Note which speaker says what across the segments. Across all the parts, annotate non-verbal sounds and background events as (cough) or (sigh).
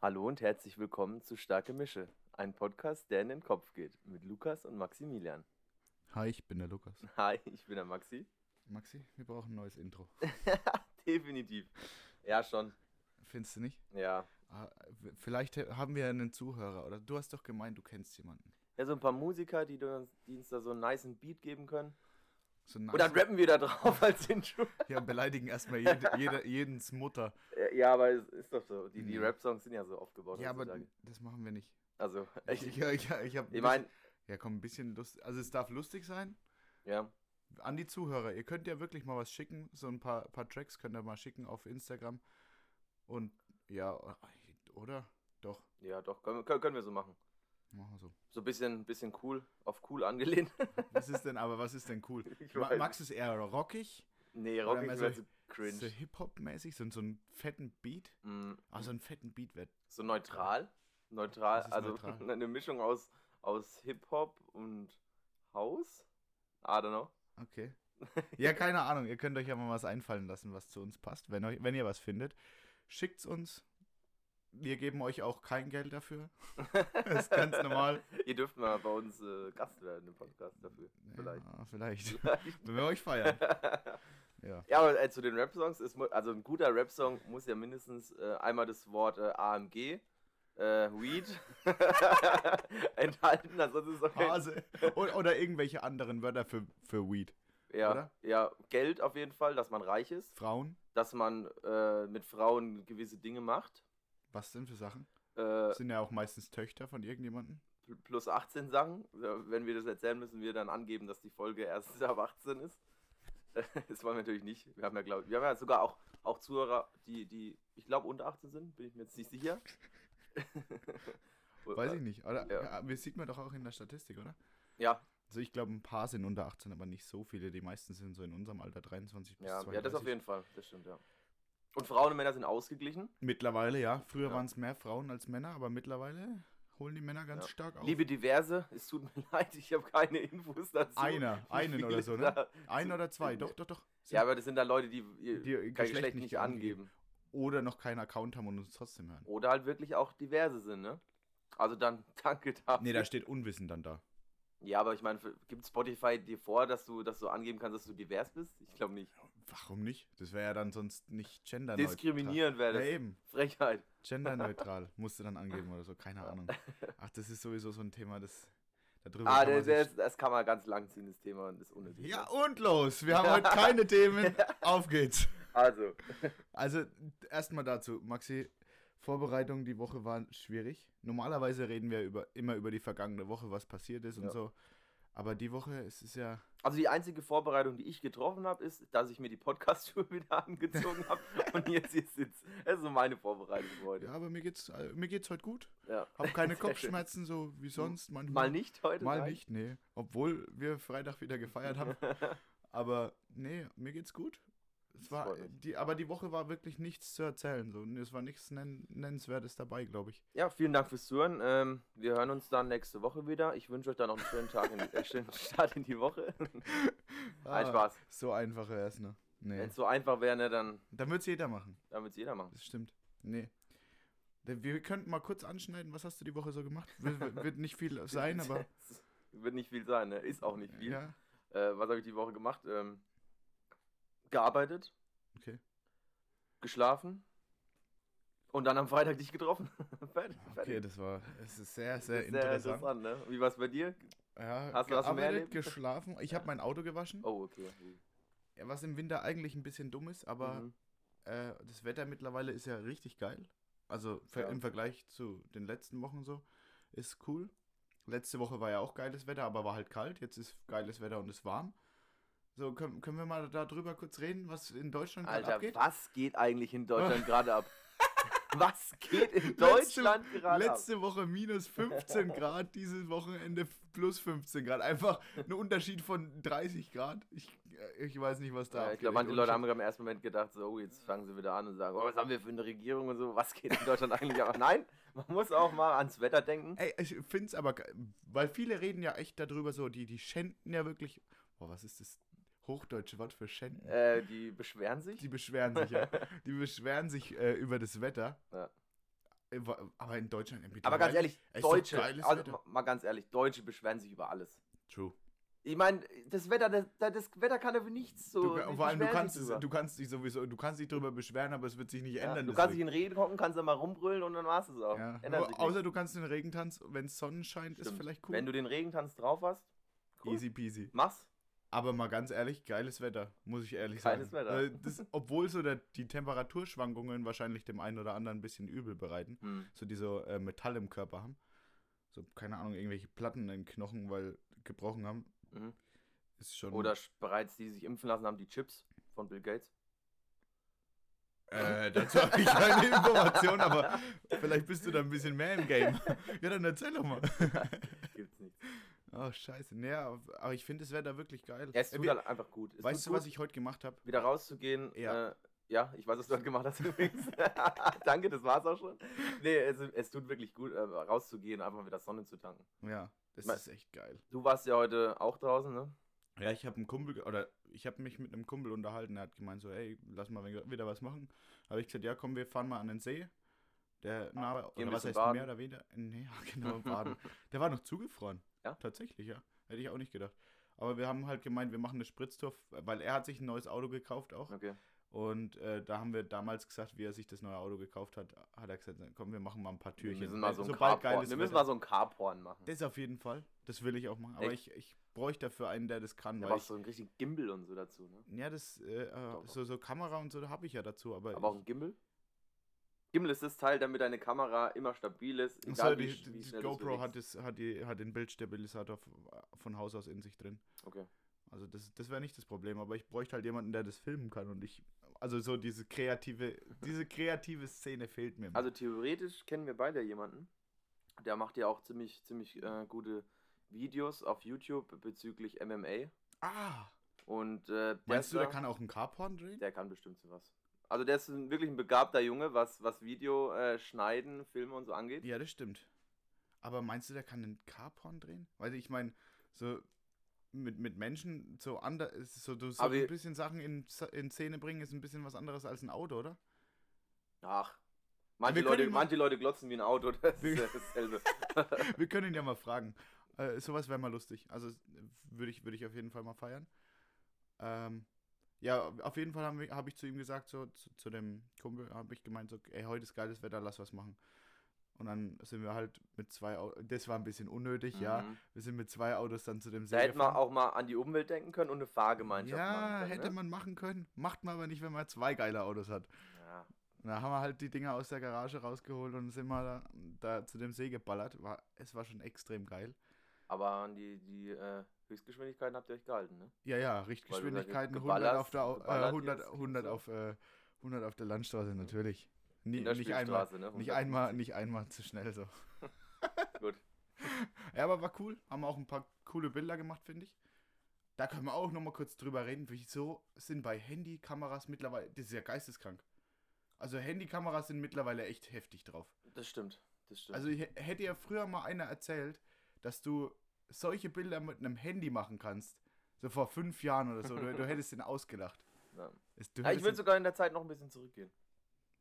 Speaker 1: Hallo und herzlich willkommen zu Starke Mische, ein Podcast, der in den Kopf geht, mit Lukas und Maximilian. (laughs)
Speaker 2: Hi, ich bin der Lukas.
Speaker 1: Hi, ich bin der Maxi. (laughs)
Speaker 2: Maxi, wir brauchen ein neues Intro.
Speaker 1: Definitiv. Ja, schon.
Speaker 2: Findest du nicht?
Speaker 1: Ja.
Speaker 2: Ah, w- Vielleicht he- haben wir einen Zuhörer oder du hast doch gemeint, du kennst jemanden.
Speaker 1: Ja, so ein paar Musiker, die, du- die uns da so einen niceen Beat geben können.
Speaker 2: So nice.
Speaker 1: Und dann rappen wir da drauf (laughs) als Intro.
Speaker 2: Ja, beleidigen erstmal jede, jede, jedens Mutter.
Speaker 1: Ja, aber es ist doch so. Die, die
Speaker 2: Nee.
Speaker 1: Rap-Songs sind ja so aufgebaut.
Speaker 2: Ja, aber
Speaker 1: heutzutage.
Speaker 2: das machen wir nicht.
Speaker 1: Also,
Speaker 2: (laughs)
Speaker 1: echt.
Speaker 2: Ich, ich, ich, ich hab
Speaker 1: Ich meine,
Speaker 2: ja, komm, ein bisschen Lust. Also, es darf lustig sein.
Speaker 1: ja.
Speaker 2: An die Zuhörer, ihr könnt ja wirklich mal was schicken. So ein paar, paar Tracks könnt ihr mal schicken auf Instagram. Und ja, oder? Doch,
Speaker 1: Ja, doch, können, wir- können, können wir so machen.
Speaker 2: machen wir so.
Speaker 1: So ein bisschen, bisschen cool, auf cool angelehnt. (laughs)
Speaker 2: Was ist denn aber, was ist denn cool?
Speaker 1: Ich
Speaker 2: Ma
Speaker 1: weiß
Speaker 2: magst du es eher rockig?
Speaker 1: Nee, Rock
Speaker 2: mehr
Speaker 1: ist
Speaker 2: so-
Speaker 1: mir zu cringe.
Speaker 2: So Hip-Hop-mäßig, so, so einen fetten Beat.
Speaker 1: Mm.
Speaker 2: Ah, so einen fetten Beat wird.
Speaker 1: So neutral. Neutral,
Speaker 2: Das ist
Speaker 1: also (laughs)
Speaker 2: neutral.
Speaker 1: eine Mischung aus, aus Hip-Hop und House. I don't know. (laughs)
Speaker 2: Okay. Ja, keine Ahnung. Ihr könnt euch ja mal was einfallen lassen, was zu uns passt. Wenn, euch, wenn ihr was findet, schickt's uns. Wir geben euch auch kein Geld dafür. das ist ganz normal.
Speaker 1: (laughs) Ihr dürft mal bei uns äh, Gast werden im Podcast dafür. Vielleicht. (laughs)
Speaker 2: Ja, vielleicht. (laughs)
Speaker 1: Vielleicht.
Speaker 2: Wenn wir euch feiern. Ja.
Speaker 1: Ja, aber äh, zu den Rap-Songs ist, mu- also ein guter Rap-Song muss ja mindestens äh, einmal das Wort äh, AMG, äh, Weed
Speaker 2: (laughs)
Speaker 1: enthalten, ansonsten ist es okay.
Speaker 2: Hase. Oder, oder irgendwelche anderen Wörter für, für Weed.
Speaker 1: Ja,
Speaker 2: oder?
Speaker 1: ja, Geld auf jeden Fall, dass man reich ist,
Speaker 2: Frauen.
Speaker 1: dass man äh, mit Frauen gewisse Dinge macht.
Speaker 2: Was denn für Sachen?
Speaker 1: Äh,
Speaker 2: Sind ja auch meistens Töchter von irgendjemandem.
Speaker 1: pl- plus 18 sagen. Äh, Wenn wir das erzählen, müssen wir dann angeben, dass die Folge erst (laughs) ab 18 ist. Äh, Das wollen wir natürlich nicht. Wir haben ja, glaub, wir haben ja sogar auch, auch Zuhörer, die, die ich glaube, unter 18 sind, bin ich mir jetzt nicht sicher.
Speaker 2: (laughs) Weiß ich nicht. Oder?
Speaker 1: Äh. Ja.
Speaker 2: Ja. Das sieht man doch auch in der Statistik, oder?
Speaker 1: Ja,
Speaker 2: Also ich glaube, ein paar sind unter 18, aber nicht so viele. Die meisten sind so in unserem Alter 23 bis
Speaker 1: ja,
Speaker 2: 32.
Speaker 1: ja, das auf jeden Fall. Das stimmt, ja. Und Frauen und Männer sind ausgeglichen.
Speaker 2: Mittlerweile, ja. Früher
Speaker 1: Ja.
Speaker 2: waren es mehr Frauen als Männer, aber mittlerweile holen die Männer ganz
Speaker 1: Ja.
Speaker 2: stark auf.
Speaker 1: Liebe Diverse, es tut mir (laughs) leid, ich habe keine Infos dazu.
Speaker 2: Einer,
Speaker 1: wie
Speaker 2: einen
Speaker 1: viele
Speaker 2: oder so, ne?
Speaker 1: da-
Speaker 2: Ein
Speaker 1: zu-
Speaker 2: oder zwei, doch, doch, doch.
Speaker 1: Ja, aber das sind dann Leute, die, ihr
Speaker 2: Die ihr
Speaker 1: kein Geschlecht, nicht angeben.
Speaker 2: Oder noch keinen Account haben und uns trotzdem hören.
Speaker 1: Oder halt wirklich auch diverse sind, ne? Also dann (laughs) danke dafür.
Speaker 2: Nee, da steht Unwissen dann da.
Speaker 1: ja, aber ich meine, für- gibt Spotify dir vor, dass du, dass du angeben kannst, dass du divers bist? Ich glaube nicht.
Speaker 2: Warum nicht? Das wäre ja dann sonst nicht genderneutral.
Speaker 1: Diskriminierend wäre
Speaker 2: Ja,
Speaker 1: das.
Speaker 2: eben.
Speaker 1: (laughs) Frechheit.
Speaker 2: Genderneutral musst du dann angeben oder so, keine Ahnung. Ach, das ist sowieso so ein Thema, das darüber
Speaker 1: Ah,
Speaker 2: kann man
Speaker 1: das,
Speaker 2: sich
Speaker 1: das, das kann man ganz lang ziehen, das Thema, und ist unnötig.
Speaker 2: Ja, oh. und los. Wir haben heute
Speaker 1: (laughs)
Speaker 2: keine Themen. Auf geht's.
Speaker 1: Also,
Speaker 2: Also, erstmal dazu, Maxi. Vorbereitung die Woche war schwierig. Normalerweise reden wir über, immer über die vergangene Woche, was passiert ist
Speaker 1: Ja.
Speaker 2: und so. Aber die Woche, es ist ja.
Speaker 1: also die einzige Vorbereitung, die ich getroffen habe, ist, dass ich mir die Podcast-Schuhe (laughs) wieder angezogen habe und jetzt hier sitze. Das ist so meine Vorbereitung für heute.
Speaker 2: Ja, aber mir geht's, äh, mir geht's heute gut.
Speaker 1: Ja.
Speaker 2: Hab
Speaker 1: (laughs)
Speaker 2: keine
Speaker 1: Sehr schön.
Speaker 2: Kopfschmerzen, so wie sonst. Manchmal.
Speaker 1: Mal nicht heute?
Speaker 2: Mal
Speaker 1: nein.
Speaker 2: nicht, nee. Obwohl wir Freitag wieder gefeiert
Speaker 1: (laughs)
Speaker 2: haben. aber nee, mir geht's gut. Es war,
Speaker 1: freut mich.
Speaker 2: die, aber die Woche war wirklich nichts zu erzählen. So. Es war nichts Nenn Nennenswertes dabei, glaube ich.
Speaker 1: Ja, vielen Dank fürs Zuhören. Ähm, wir hören uns dann nächste Woche wieder. Ich wünsche euch dann noch einen schönen Tag, in, äh,
Speaker 2: (laughs)
Speaker 1: schönen Start in die Woche.
Speaker 2: Ah,
Speaker 1: Nein, Spaß.
Speaker 2: So einfach erst, ne? Nee.
Speaker 1: Wenn es so einfach wäre, ne, dann,
Speaker 2: Dann wird's jeder machen.
Speaker 1: dann würde es jeder machen.
Speaker 2: Das stimmt. Nee. Da- Wir könnten mal kurz anschneiden, was hast du die Woche so gemacht? Wird, wird- wird
Speaker 1: (laughs)
Speaker 2: nicht viel sein, aber.
Speaker 1: Es Wird nicht viel sein, ne? Ist auch nicht viel.
Speaker 2: Ja,
Speaker 1: Äh, was habe ich die Woche gemacht? Ähm, gearbeitet,
Speaker 2: okay.
Speaker 1: geschlafen und dann am Freitag dich getroffen. (laughs) fertig,
Speaker 2: Okay,
Speaker 1: fertig.
Speaker 2: das war. Es ist sehr,
Speaker 1: Das
Speaker 2: sehr
Speaker 1: ist
Speaker 2: interessant.
Speaker 1: ne? Wie war es bei dir?
Speaker 2: Ja,
Speaker 1: Hast du- hast du mehr
Speaker 2: gearbeitet,
Speaker 1: erlebt?
Speaker 2: geschlafen. Ich habe mein Auto gewaschen.
Speaker 1: Oh, okay.
Speaker 2: Ja, Was im Winter eigentlich ein bisschen dumm ist, aber
Speaker 1: Mhm.
Speaker 2: äh, das Wetter mittlerweile ist ja richtig geil. Also ver-
Speaker 1: Ja.
Speaker 2: im Vergleich zu den letzten Wochen so. Ist cool. Letzte Woche war ja auch geiles Wetter, aber war halt kalt. Jetzt ist geiles Wetter und ist warm. So, können, können wir mal darüber kurz reden, was in Deutschland gerade
Speaker 1: Alter,
Speaker 2: abgeht?
Speaker 1: was geht eigentlich in
Speaker 2: (laughs)
Speaker 1: Deutschland gerade ab? Was geht in
Speaker 2: Letzte-
Speaker 1: Deutschland gerade ab?
Speaker 2: Letzte Woche
Speaker 1: (laughs)
Speaker 2: minus 15 Grad, dieses Wochenende f- plus 15 Grad. Einfach ein Unterschied von 30 Grad. Ich, äh, ich weiß nicht, was da
Speaker 1: Ja, ich
Speaker 2: abgeht.
Speaker 1: glaube, manche
Speaker 2: Ich
Speaker 1: Leute haben im ersten Moment gedacht, so, oh, jetzt fangen sie wieder an und sagen, oh, was haben wir für eine Regierung und so, was geht in Deutschland eigentlich
Speaker 2: (laughs)
Speaker 1: ab? Nein, man muss auch mal ans Wetter denken.
Speaker 2: Ey, ich find's aber, ge- weil viele reden ja echt darüber so, die, die schänden ja wirklich, boah, was ist das hochdeutsche Wort für schänden?
Speaker 1: Äh, die beschweren sich. (laughs)
Speaker 2: Die beschweren sich ja, die beschweren sich äh, über das Wetter.
Speaker 1: Ja.
Speaker 2: Äh, wa- Aber in Deutschland im
Speaker 1: Aber ganz ehrlich,
Speaker 2: ist doch
Speaker 1: Deutsche,
Speaker 2: geiles
Speaker 1: also,
Speaker 2: Wetter.
Speaker 1: ma- mal ganz ehrlich, Deutsche beschweren sich über alles.
Speaker 2: True.
Speaker 1: Ich meine, das Wetter, das, das Wetter kann dafür nichts so.
Speaker 2: Du,
Speaker 1: die
Speaker 2: vor allem, du
Speaker 1: beschweren
Speaker 2: kannst,
Speaker 1: sich
Speaker 2: es,
Speaker 1: drüber.
Speaker 2: du kannst dich sowieso, du kannst dich drüber beschweren, aber es wird sich nicht
Speaker 1: ja,
Speaker 2: ändern.
Speaker 1: Du kannst dich
Speaker 2: deswegen.
Speaker 1: in Reden hocken, kannst dann mal rumbrüllen und dann war's es auch.
Speaker 2: ja.
Speaker 1: Ändert sich
Speaker 2: Aber Außer
Speaker 1: nichts.
Speaker 2: du kannst den Regentanz, wenn es Sonnen scheint, ist
Speaker 1: Stimmt.
Speaker 2: vielleicht cool.
Speaker 1: Wenn du den Regentanz drauf hast, cool.
Speaker 2: Easy peasy.
Speaker 1: mach's.
Speaker 2: Aber mal ganz ehrlich, geiles Wetter, muss ich ehrlich
Speaker 1: Geiles
Speaker 2: sagen.
Speaker 1: Wetter.
Speaker 2: Äh,
Speaker 1: (laughs)
Speaker 2: Das, obwohl so der, die Temperaturschwankungen wahrscheinlich dem einen oder anderen ein bisschen übel bereiten,
Speaker 1: Hm.
Speaker 2: so die so äh, Metall im Körper haben. So, keine Ahnung, irgendwelche Platten in Knochen, weil gebrochen haben,
Speaker 1: Mhm.
Speaker 2: ist schon.
Speaker 1: Oder sch- bereits die, die sich impfen lassen haben, die Chips von Bill Gates.
Speaker 2: Äh, (laughs) dazu habe ich keine
Speaker 1: (laughs)
Speaker 2: Information, aber vielleicht bist du da ein bisschen mehr im Game. (laughs) ja, dann erzähl
Speaker 1: (laughs)
Speaker 2: doch mal.
Speaker 1: Gibt's
Speaker 2: (laughs)
Speaker 1: nicht.
Speaker 2: Oh, scheiße. Naja, aber ich finde das Wetter wirklich geil.
Speaker 1: Ja, es
Speaker 2: Äh,
Speaker 1: tut
Speaker 2: wir-
Speaker 1: halt einfach gut. Es
Speaker 2: weißt
Speaker 1: tut
Speaker 2: du,
Speaker 1: gut,
Speaker 2: was ich heute gemacht habe?
Speaker 1: Wieder rauszugehen.
Speaker 2: Ja.
Speaker 1: Äh, ja, ich weiß, was du heute gemacht hast übrigens. (laughs) Danke, das war's auch schon. Nee, es, es tut wirklich gut, äh, rauszugehen, einfach wieder Sonne zu tanken.
Speaker 2: Ja, das
Speaker 1: Ma-
Speaker 2: ist echt geil.
Speaker 1: Du warst ja heute auch draußen, ne?
Speaker 2: Ja, ich habe einen Kumpel, ge- oder ich habe mich mit einem Kumpel unterhalten, der hat gemeint so, ey, lass mal wen- wieder was machen. Habe ich gesagt, ja komm, wir fahren mal an den See. Der nahe,
Speaker 1: Ah, Gehen ein
Speaker 2: oder was
Speaker 1: bisschen
Speaker 2: heißt
Speaker 1: baden.
Speaker 2: mehr oder weniger, nee, (laughs) ja,
Speaker 1: (laughs)
Speaker 2: genau, baden. der war noch zugefroren.
Speaker 1: Ja?
Speaker 2: Tatsächlich, ja. Hätte ich auch nicht gedacht. Aber wir haben halt gemeint, wir machen eine Spritztour, f- weil er hat sich ein neues Auto gekauft auch.
Speaker 1: Okay.
Speaker 2: Und äh, da haben wir damals gesagt, wie er sich das neue Auto gekauft hat, hat er gesagt, komm, wir machen mal ein paar Türchen.
Speaker 1: Wir müssen mal so ein
Speaker 2: Sobald
Speaker 1: Carporn.
Speaker 2: geiles
Speaker 1: Wir müssen
Speaker 2: Wetter-
Speaker 1: mal so ein Carporn machen.
Speaker 2: Das auf jeden Fall. Das will ich auch machen. Aber
Speaker 1: Echt?
Speaker 2: ich, ich bräuchte dafür einen, der das kann.
Speaker 1: Da
Speaker 2: weil
Speaker 1: brauchst
Speaker 2: ich,
Speaker 1: du so einen richtigen Gimbal und so dazu, ne?
Speaker 2: ja, das, äh, äh,
Speaker 1: Doch.
Speaker 2: so, so Kamera und so, da habe ich ja dazu, aber,
Speaker 1: Aber auch ein Gimbal? Gimbal ist das Teil, damit deine Kamera immer stabil ist.
Speaker 2: ich,
Speaker 1: Egal
Speaker 2: so, die,
Speaker 1: wie, sch- wie
Speaker 2: die
Speaker 1: schnell du
Speaker 2: GoPro hat,
Speaker 1: bewegst.
Speaker 2: das, hat, die, hat den Bildstabilisator f- von Haus aus in sich drin.
Speaker 1: Okay.
Speaker 2: Also das, das wäre nicht das Problem, aber ich bräuchte halt jemanden, der das filmen kann und ich, also so diese kreative, diese kreative Szene fehlt mir.
Speaker 1: Also theoretisch kennen wir beide jemanden. Der macht ja auch ziemlich, ziemlich äh, gute Videos auf YouTube bezüglich MMA.
Speaker 2: ah,
Speaker 1: Und äh, der
Speaker 2: meinst
Speaker 1: ist
Speaker 2: du, der
Speaker 1: da-
Speaker 2: kann auch einen Carporn drehen?
Speaker 1: Der kann bestimmt sowas. Also der ist ein, wirklich ein begabter Junge, was, was Video, äh, Schneiden, Filme und so angeht.
Speaker 2: Ja, das stimmt. Aber meinst du, der kann einen Carporn drehen? Weil ich meine, so mit, mit Menschen so anders, so, so, so
Speaker 1: Aber
Speaker 2: ein
Speaker 1: wir-
Speaker 2: bisschen Sachen in, Sa- in Szene bringen, ist ein bisschen was anderes als ein Auto, oder? (laughs)
Speaker 1: Ach. Manche
Speaker 2: Wir können
Speaker 1: Leute,
Speaker 2: ihn mal-
Speaker 1: manche Leute glotzen wie ein Auto, (laughs) das
Speaker 2: Wir-
Speaker 1: ist
Speaker 2: (laughs)
Speaker 1: äh, dasselbe.
Speaker 2: Wir können ihn ja mal fragen. Äh, sowas wäre mal lustig. Also würde ich, würd ich auf jeden Fall mal feiern. Ähm, ja, auf jeden Fall habe hab ich zu ihm gesagt, so zu, zu dem Kumpel, habe ich gemeint, so, ey, heute ist geiles Wetter, lass was machen. Und dann sind wir halt mit zwei Autos, das war ein bisschen unnötig, ja.
Speaker 1: Mhm.
Speaker 2: Wir sind mit zwei Autos dann zu dem See.
Speaker 1: Da hätte man
Speaker 2: gefahren.
Speaker 1: auch mal an die Umwelt denken können und eine Fahrgemeinschaft machen
Speaker 2: Ja,
Speaker 1: können.
Speaker 2: hätte
Speaker 1: ne?
Speaker 2: man machen können. Macht man aber nicht, wenn man zwei geile Autos hat.
Speaker 1: Ja.
Speaker 2: Und Da haben wir halt die Dinger aus der Garage rausgeholt und sind mal da, da zu dem See geballert. War, es war schon extrem geil.
Speaker 1: Aber an die, die äh, Höchstgeschwindigkeiten habt ihr euch gehalten, ne?
Speaker 2: Ja, ja,
Speaker 1: Weil du da
Speaker 2: Richtgeschwindigkeiten,
Speaker 1: ge-
Speaker 2: 100 auf der, Au- äh,
Speaker 1: geballert
Speaker 2: 100,
Speaker 1: jetzt,
Speaker 2: 100,
Speaker 1: so. Mhm.
Speaker 2: auf, äh, 100 auf der Landstraße natürlich. Nie,
Speaker 1: In der
Speaker 2: nicht, einmal,
Speaker 1: Spielstraße, ne? 150.
Speaker 2: nicht, einmal, nicht einmal zu schnell so.
Speaker 1: (laughs) Gut.
Speaker 2: Ja, aber war cool. Haben auch ein paar coole Bilder gemacht, finde ich. Da können wir auch nochmal kurz drüber reden. Wieso sind bei Handykameras mittlerweile. Das ist ja geisteskrank. Also, Handykameras sind mittlerweile echt heftig drauf.
Speaker 1: Das stimmt. Das stimmt.
Speaker 2: Also, ich, h- hätte ja früher mal einer erzählt, dass du solche Bilder mit einem Handy machen kannst. So vor fünf Jahren oder so. Du,
Speaker 1: (laughs)
Speaker 2: du hättest den ausgelacht.
Speaker 1: ja.
Speaker 2: Es- Du
Speaker 1: Ja, Ah, ich
Speaker 2: hättest
Speaker 1: würde
Speaker 2: den-
Speaker 1: sogar in der Zeit noch ein bisschen zurückgehen.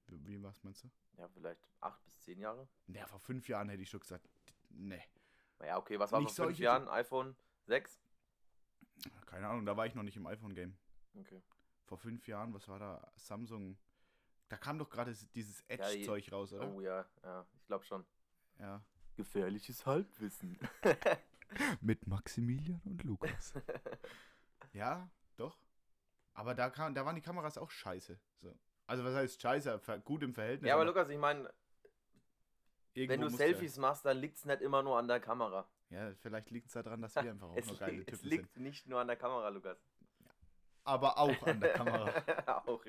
Speaker 2: Wie, wie was meinst du?
Speaker 1: Ja, vielleicht acht bis zehn Jahre.
Speaker 2: Naja, vor fünf Jahren hätte ich schon gesagt, nee.
Speaker 1: Naja, okay, was war
Speaker 2: Nicht
Speaker 1: vor fünf
Speaker 2: solche-
Speaker 1: Jahren? iPhone 6?
Speaker 2: Keine Ahnung, da war ich noch nicht im iPhone-Game.
Speaker 1: Okay.
Speaker 2: vor fünf Jahren, was war da? Samsung. Da kam doch gerade s- dieses
Speaker 1: je-
Speaker 2: Edge-Zeug raus, oder?
Speaker 1: Oh ja, ja, ich glaube schon.
Speaker 2: Ja.
Speaker 1: Gefährliches Halbwissen.
Speaker 2: (laughs) Mit Maximilian und Lukas. ja, doch. Aber da, kam, da waren die Kameras auch scheiße. So. Also, was heißt scheiße? Ver- Gut im
Speaker 1: (laughs)
Speaker 2: Verhältnis.
Speaker 1: ja, aber Lukas, ich meine, wenn
Speaker 2: irgendwo
Speaker 1: du
Speaker 2: muss der-
Speaker 1: Selfies machst, dann liegt es nicht immer nur an der Kamera.
Speaker 2: Ja, vielleicht liegt es daran, dass
Speaker 1: (laughs)
Speaker 2: wir einfach auch
Speaker 1: Es,
Speaker 2: nur
Speaker 1: li
Speaker 2: geile
Speaker 1: es
Speaker 2: Typen sind.
Speaker 1: liegt nicht nur an der Kamera, Lukas.
Speaker 2: Aber auch an der Kamera.
Speaker 1: (laughs) Auch.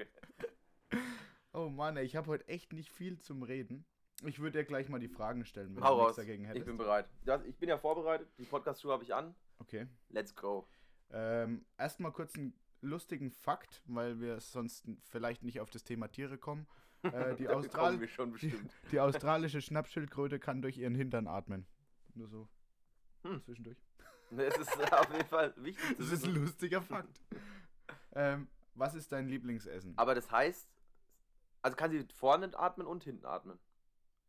Speaker 2: Oh Mann, ey, ich habe heute echt nicht viel zum Reden. Ich würde dir gleich mal die Fragen stellen, wenn
Speaker 1: Hau
Speaker 2: du nichts
Speaker 1: raus.
Speaker 2: dagegen
Speaker 1: Ich
Speaker 2: hättest.
Speaker 1: bin bereit. Das, ich bin ja vorbereitet. Die Podcast-Schuhe habe ich an.
Speaker 2: okay.
Speaker 1: Let's go.
Speaker 2: Ähm, Erstmal kurz einen lustigen Fakt, weil wir sonst n- vielleicht nicht auf das Thema Tiere kommen.
Speaker 1: (laughs)
Speaker 2: Äh, die,
Speaker 1: Da kommen
Speaker 2: Austral
Speaker 1: wir schon bestimmt. (laughs)
Speaker 2: die australische Schnappschildkröte kann durch ihren Hintern atmen. Nur so
Speaker 1: Hm.
Speaker 2: zwischendurch.
Speaker 1: Es ist auf jeden Fall
Speaker 2: (laughs)
Speaker 1: wichtig. zu
Speaker 2: Das ist ein
Speaker 1: wissen.
Speaker 2: lustiger
Speaker 1: (laughs)
Speaker 2: Fakt. ähm, was ist dein Lieblingsessen?
Speaker 1: Aber das heißt, also kann sie vorne atmen und hinten atmen.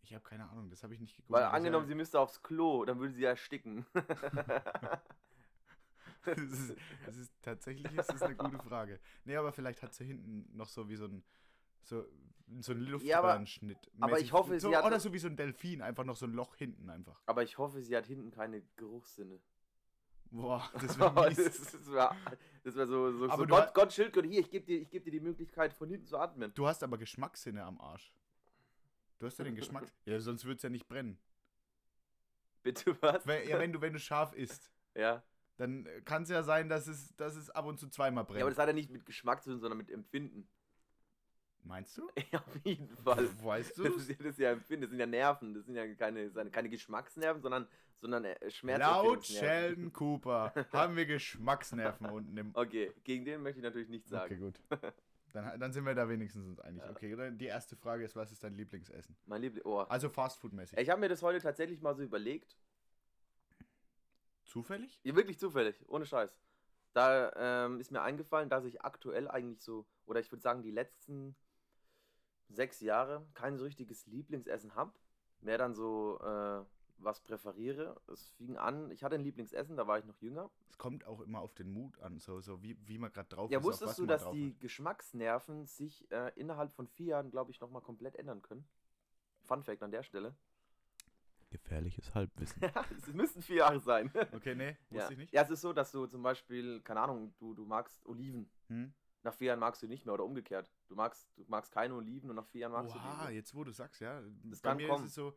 Speaker 2: Ich habe keine Ahnung, das habe ich nicht geguckt.
Speaker 1: Weil
Speaker 2: aber das ist
Speaker 1: angenommen,
Speaker 2: ja-
Speaker 1: sie müsste aufs Klo, dann würde sie ersticken. (laughs)
Speaker 2: (laughs) das ist, das ist, tatsächlich ist das
Speaker 1: (laughs)
Speaker 2: eine gute Frage. Nee, aber vielleicht hat sie hinten noch so wie so ein, so, so ein
Speaker 1: Ja, aber-
Speaker 2: Luftröhrenschnitt.
Speaker 1: aber ich
Speaker 2: mäßig.
Speaker 1: hoffe,
Speaker 2: so,
Speaker 1: sie hat-
Speaker 2: Oder so wie so ein Delfin, einfach noch so ein Loch hinten einfach.
Speaker 1: Aber ich hoffe, sie hat hinten keine
Speaker 2: (laughs)
Speaker 1: Geruchssinne.
Speaker 2: Boah, das
Speaker 1: (laughs)
Speaker 2: wäre
Speaker 1: Oh, Das
Speaker 2: mies.
Speaker 1: wäre das wär so, so,
Speaker 2: Aber
Speaker 1: so
Speaker 2: du
Speaker 1: Gott,
Speaker 2: ha-
Speaker 1: Gott, Schildgott, hier, ich gebe dir, ich geb dir die Möglichkeit, von hinten zu atmen.
Speaker 2: Du hast aber Geschmackssinne am Arsch. Du hast ja
Speaker 1: (laughs)
Speaker 2: den Geschmack. Ja, sonst würde es ja nicht brennen.
Speaker 1: Bitte was?
Speaker 2: Wenn, ja, wenn du, wenn du scharf isst,
Speaker 1: Ja.
Speaker 2: dann kann es ja sein, dass es, dass es ab und zu zweimal
Speaker 1: ja, aber
Speaker 2: brennt.
Speaker 1: das hat ja nicht mit Geschmack zu tun, sondern mit Empfinden. (laughs)
Speaker 2: Meinst du?
Speaker 1: Ja, auf jeden Fall.
Speaker 2: Weißt du?
Speaker 1: Das ist, ja- das ist ja Empfinden, das sind ja Nerven, das sind ja keine, seine- keine Geschmacksnerven, sondern, sondern äh, Schmerz.
Speaker 2: Laut Sheldon Cooper
Speaker 1: (laughs)
Speaker 2: haben wir Geschmacksnerven unten im
Speaker 1: Okay, gegen den möchte ich natürlich nichts sagen.
Speaker 2: Okay, gut. Dann, dann sind wir da wenigstens uns einig.
Speaker 1: Ja.
Speaker 2: Okay, oder? Die erste Frage ist, was ist dein Lieblingsessen?
Speaker 1: Mein Liebling. Oh.
Speaker 2: Also Fastfood-mäßig.
Speaker 1: Ich habe mir das heute tatsächlich mal so überlegt.
Speaker 2: Zufällig?
Speaker 1: Ja, wirklich zufällig, ohne Scheiß. Da ähm, ist mir eingefallen, dass ich aktuell eigentlich so, oder ich würde sagen, die letzten sechs Jahre kein so richtiges Lieblingsessen habe. Mehr dann so äh, was präferiere. Es fing an, ich hatte ein Lieblingsessen, da war ich noch jünger.
Speaker 2: Es kommt auch immer auf den Mut an, so, so wie, wie man gerade drauf
Speaker 1: Ja,
Speaker 2: ist. auf was
Speaker 1: wusstest du,
Speaker 2: man
Speaker 1: dass
Speaker 2: drauf ne?
Speaker 1: die
Speaker 2: hat.
Speaker 1: Geschmacksnerven sich äh, innerhalb von vier Jahren, glaube ich, nochmal komplett ändern können? Fun Fact an der Stelle.
Speaker 3: Gefährliches Halbwissen.
Speaker 1: (laughs) es müssten vier Jahre sein.
Speaker 2: Okay, nee, (laughs) wusste
Speaker 1: ja.
Speaker 2: ich nicht.
Speaker 1: ja, es ist so, dass du zum Beispiel, keine Ahnung, du, du magst Oliven.
Speaker 2: Hm?
Speaker 1: nach vier Jahren magst du nicht mehr oder umgekehrt. Du magst, du magst keine Oliven und nach vier Jahren magst
Speaker 2: Oha,
Speaker 1: du
Speaker 2: jetzt wo du sagst, ja. Bei
Speaker 1: kann
Speaker 2: mir
Speaker 1: kommen.
Speaker 2: ist es so,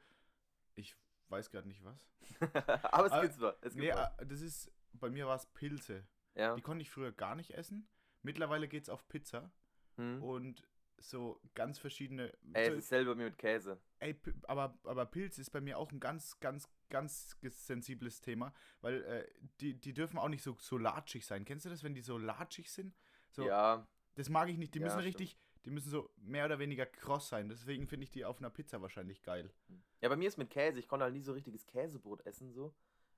Speaker 2: ich weiß gerade nicht was.
Speaker 1: die. (laughs) Aber es
Speaker 2: Aber-
Speaker 1: gibt's was. Es gibt
Speaker 2: Nee,
Speaker 1: was.
Speaker 2: ah, das ist, bei mir war es Pilze.
Speaker 1: Ja.
Speaker 2: Die konnte ich früher gar nicht essen. Mittlerweile geht's auf Pizza
Speaker 1: Hm.
Speaker 2: und so ganz verschiedene.
Speaker 1: Ey,
Speaker 2: Oh, so,
Speaker 1: es ist selber mir mit Käse.
Speaker 2: Ey, P- aber, aber Pilz ist bei mir auch ein ganz, ganz, ganz ges- sensibles Thema, weil äh, die, die dürfen auch nicht so, so latschig sein. Kennst du das, wenn die so latschig sind? So,
Speaker 1: Ja,
Speaker 2: Das mag ich nicht. Die
Speaker 1: Ja,
Speaker 2: müssen
Speaker 1: stimmt.
Speaker 2: richtig, die müssen so mehr oder weniger kross sein. Deswegen finde ich die auf einer Pizza wahrscheinlich geil.
Speaker 1: ja, bei mir ist mit Käse. Ich konnte halt nie so richtiges Käsebrot essen so.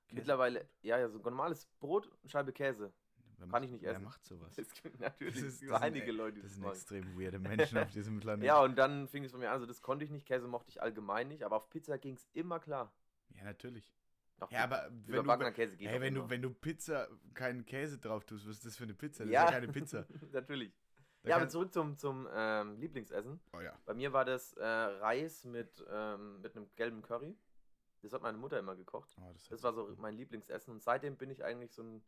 Speaker 2: Käse-
Speaker 1: Mittlerweile, ja, ja, so normales Brot, eine Scheibe
Speaker 2: (laughs)
Speaker 1: Käse.
Speaker 2: Wer
Speaker 1: Kann
Speaker 2: macht-
Speaker 1: ich nicht
Speaker 2: Wer
Speaker 1: essen.
Speaker 2: macht sowas?
Speaker 1: Es gibt natürlich
Speaker 2: Das ist-
Speaker 1: nur
Speaker 2: das sind
Speaker 1: einige
Speaker 2: e-
Speaker 1: Leute, die
Speaker 2: Das
Speaker 1: das
Speaker 2: sind
Speaker 1: machen. (laughs)
Speaker 2: extrem weirde Menschen auf diesem Planeten.
Speaker 1: Ja, und dann fing es bei mir an, also das konnte ich nicht, Käse mochte ich allgemein nicht, aber auf Pizza ging es immer klar.
Speaker 2: ja natürlich.
Speaker 1: Auf
Speaker 2: Ja, aber wenn
Speaker 1: überbackener
Speaker 2: du,
Speaker 1: Käse geht
Speaker 2: hey,
Speaker 1: auch
Speaker 2: wenn,
Speaker 1: immer.
Speaker 2: du, wenn du Pizza, keinen Käse drauf tust, was ist das für eine Pizza? Das
Speaker 1: Ja.
Speaker 2: ist ja keine
Speaker 1: (laughs)
Speaker 2: Pizza.
Speaker 1: Natürlich.
Speaker 2: Da
Speaker 1: ja, aber
Speaker 2: kann-
Speaker 1: zurück zum, zum ähm, Lieblingsessen.
Speaker 2: oh ja.
Speaker 1: Bei mir war das äh, Reis mit, ähm, mit einem gelben Curry. Das hat meine Mutter immer gekocht.
Speaker 2: Oh, das,
Speaker 1: Das
Speaker 2: hat-
Speaker 1: war so mein Lieblingsessen. Und seitdem bin ich eigentlich so ein.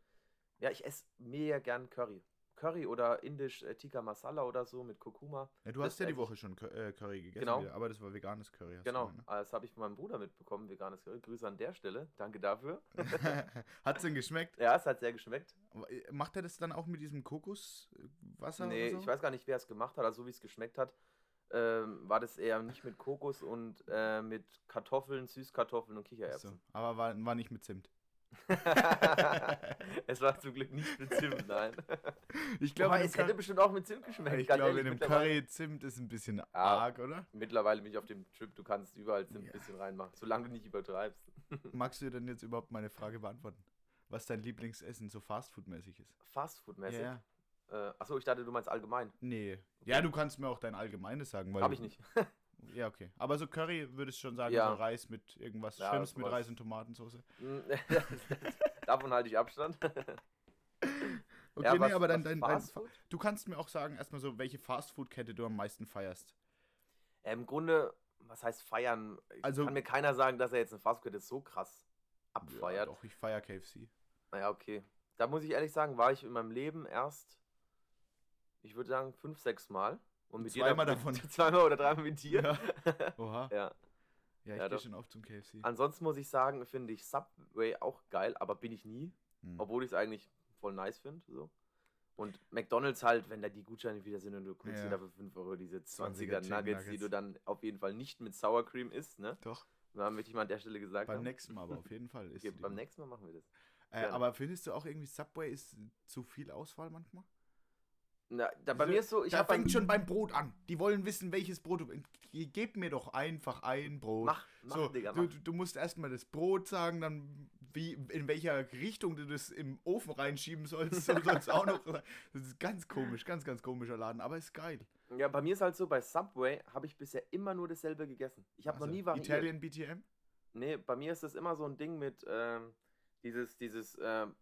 Speaker 1: Ja, ich esse mega gern Curry. Curry oder indisch äh, Tikka Masala oder so mit Kurkuma.
Speaker 2: Ja, du
Speaker 1: Das
Speaker 2: hast ja
Speaker 1: esse
Speaker 2: die
Speaker 1: ich.
Speaker 2: Woche schon Cur- äh, Curry gegessen,
Speaker 1: Genau.
Speaker 2: wieder, aber das ne? war veganes Curry. Hast du
Speaker 1: genau,
Speaker 2: gemeint,
Speaker 1: das habe ich von meinem Bruder mitbekommen, veganes Curry. Grüße an der Stelle. Danke dafür.
Speaker 2: ne? (laughs) Hat's denn geschmeckt?
Speaker 1: Ja, es hat sehr geschmeckt.
Speaker 2: Aber, äh, Macht er das dann auch mit diesem Kokoswasser?
Speaker 1: Nee,
Speaker 2: oder so?
Speaker 1: ich weiß gar nicht, wer es gemacht hat, also so wie es geschmeckt hat. Ähm, war das eher nicht mit Kokos und äh, mit Kartoffeln, Süßkartoffeln und
Speaker 2: Ach so.
Speaker 1: Kichererbsen.
Speaker 2: Aber war, war nicht mit Zimt.
Speaker 1: (laughs) es war zum Glück nicht mit Zimt, nein.
Speaker 2: Ich
Speaker 1: Wobei,
Speaker 2: glaube, in,
Speaker 1: es hätte
Speaker 2: einem Cur-
Speaker 1: bestimmt auch mit Zimt geschmeckt.
Speaker 2: ich
Speaker 1: ganz
Speaker 2: glaube,
Speaker 1: ehrlich,
Speaker 2: in einem
Speaker 1: mittlerweile, Ah.
Speaker 2: Curry Zimt ist ein bisschen arg, oder?
Speaker 1: mittlerweile bin ich auf dem Trip, du kannst überall Zimt
Speaker 2: Ja.
Speaker 1: ein bisschen reinmachen, solange du nicht übertreibst.
Speaker 2: Magst du denn jetzt überhaupt meine Frage beantworten? Was dein Lieblingsessen so Fastfood-mäßig ist?
Speaker 1: Fastfood-mäßig. Äh, achso, ich dachte, du meinst allgemein.
Speaker 2: Nee. Ja, du kannst mir auch dein Allgemeines sagen. weil
Speaker 1: Hab
Speaker 2: du-
Speaker 1: ich
Speaker 2: (laughs)
Speaker 1: nicht.
Speaker 2: Ja, okay. Aber so Curry würdest du schon sagen,
Speaker 1: Ja.
Speaker 2: so Reis mit irgendwas
Speaker 1: Ja,
Speaker 2: Schönes, mit
Speaker 1: sowas.
Speaker 2: Reis und Tomatensauce.
Speaker 1: Hm, (laughs) Davon halte ich Abstand.
Speaker 2: Okay,
Speaker 1: (laughs) Ja,
Speaker 2: nee,
Speaker 1: was-
Speaker 2: aber dann
Speaker 1: was
Speaker 2: dein, dein,
Speaker 1: Fastfood?
Speaker 2: Du kannst mir auch sagen, erstmal so, welche Fastfood-Kette du am meisten feierst.
Speaker 1: Äh, Im Grunde, was heißt feiern?
Speaker 2: Also-
Speaker 1: Kann mir keiner sagen, dass er jetzt eine Fastfood-Kette so krass Ah,
Speaker 2: Ja,
Speaker 1: abfeiert.
Speaker 2: doch, ich feier KFC.
Speaker 1: Naja, okay. Da muss ich ehrlich sagen, war ich in meinem Leben erst, ich würde sagen, fünf, sechs Mal. Und mit jeder,
Speaker 2: Zweimal davon.
Speaker 1: Mit, (laughs) zweimal oder dreimal mit dir.
Speaker 2: Ja.
Speaker 1: Ja. (laughs)
Speaker 2: Oha. Ja, ich
Speaker 1: Ja,
Speaker 2: gehe
Speaker 1: doch.
Speaker 2: schon oft zum KFC.
Speaker 1: Ansonsten muss ich sagen, finde ich Subway auch geil, aber bin ich nie.
Speaker 2: Hm.
Speaker 1: Obwohl ich es eigentlich voll nice finde. So. Und McDonalds halt, wenn da die Gutscheine wieder sind und du kriegst
Speaker 2: Ja.
Speaker 1: wieder für 5 Euro diese
Speaker 2: 20er
Speaker 1: 20er
Speaker 2: Chicken
Speaker 1: Nuggets, die
Speaker 2: Nuggets.
Speaker 1: du dann auf jeden Fall nicht mit Sour Cream isst, ne?
Speaker 2: Doch,
Speaker 1: Da möchte ich mal an der Stelle gesagt
Speaker 2: beim
Speaker 1: haben.
Speaker 2: nächsten Mal aber auf
Speaker 1: (laughs)
Speaker 2: jeden Fall. Ist
Speaker 1: okay, beim nächsten Mal machen wir das.
Speaker 2: äh,
Speaker 1: gerne.
Speaker 2: aber findest du auch irgendwie Subway ist zu viel Auswahl manchmal?
Speaker 1: Na, da, bei
Speaker 2: Wieso?
Speaker 1: mir ist so, ich
Speaker 2: da
Speaker 1: hab beim-
Speaker 2: fängt schon beim Brot an. Die wollen wissen, welches Brot du. Ge- Gebt mir doch einfach ein Brot.
Speaker 1: Mach, mach,
Speaker 2: so,
Speaker 1: Digga, mach.
Speaker 2: du, du musst erstmal das Brot sagen, dann wie, in welcher Richtung du das im Ofen reinschieben sollst, (laughs) so soll's auch noch sein. Das ist ganz komisch, ganz, ganz komischer Laden, aber ist geil.
Speaker 1: Ja, bei mir ist halt so, bei Subway habe ich bisher immer nur dasselbe gegessen. Ich habe noch
Speaker 2: Also,
Speaker 1: nie variiert.
Speaker 2: Italian BTM?
Speaker 1: Nee, bei mir ist das immer so ein Ding mit ähm, dieses, dieses ähm,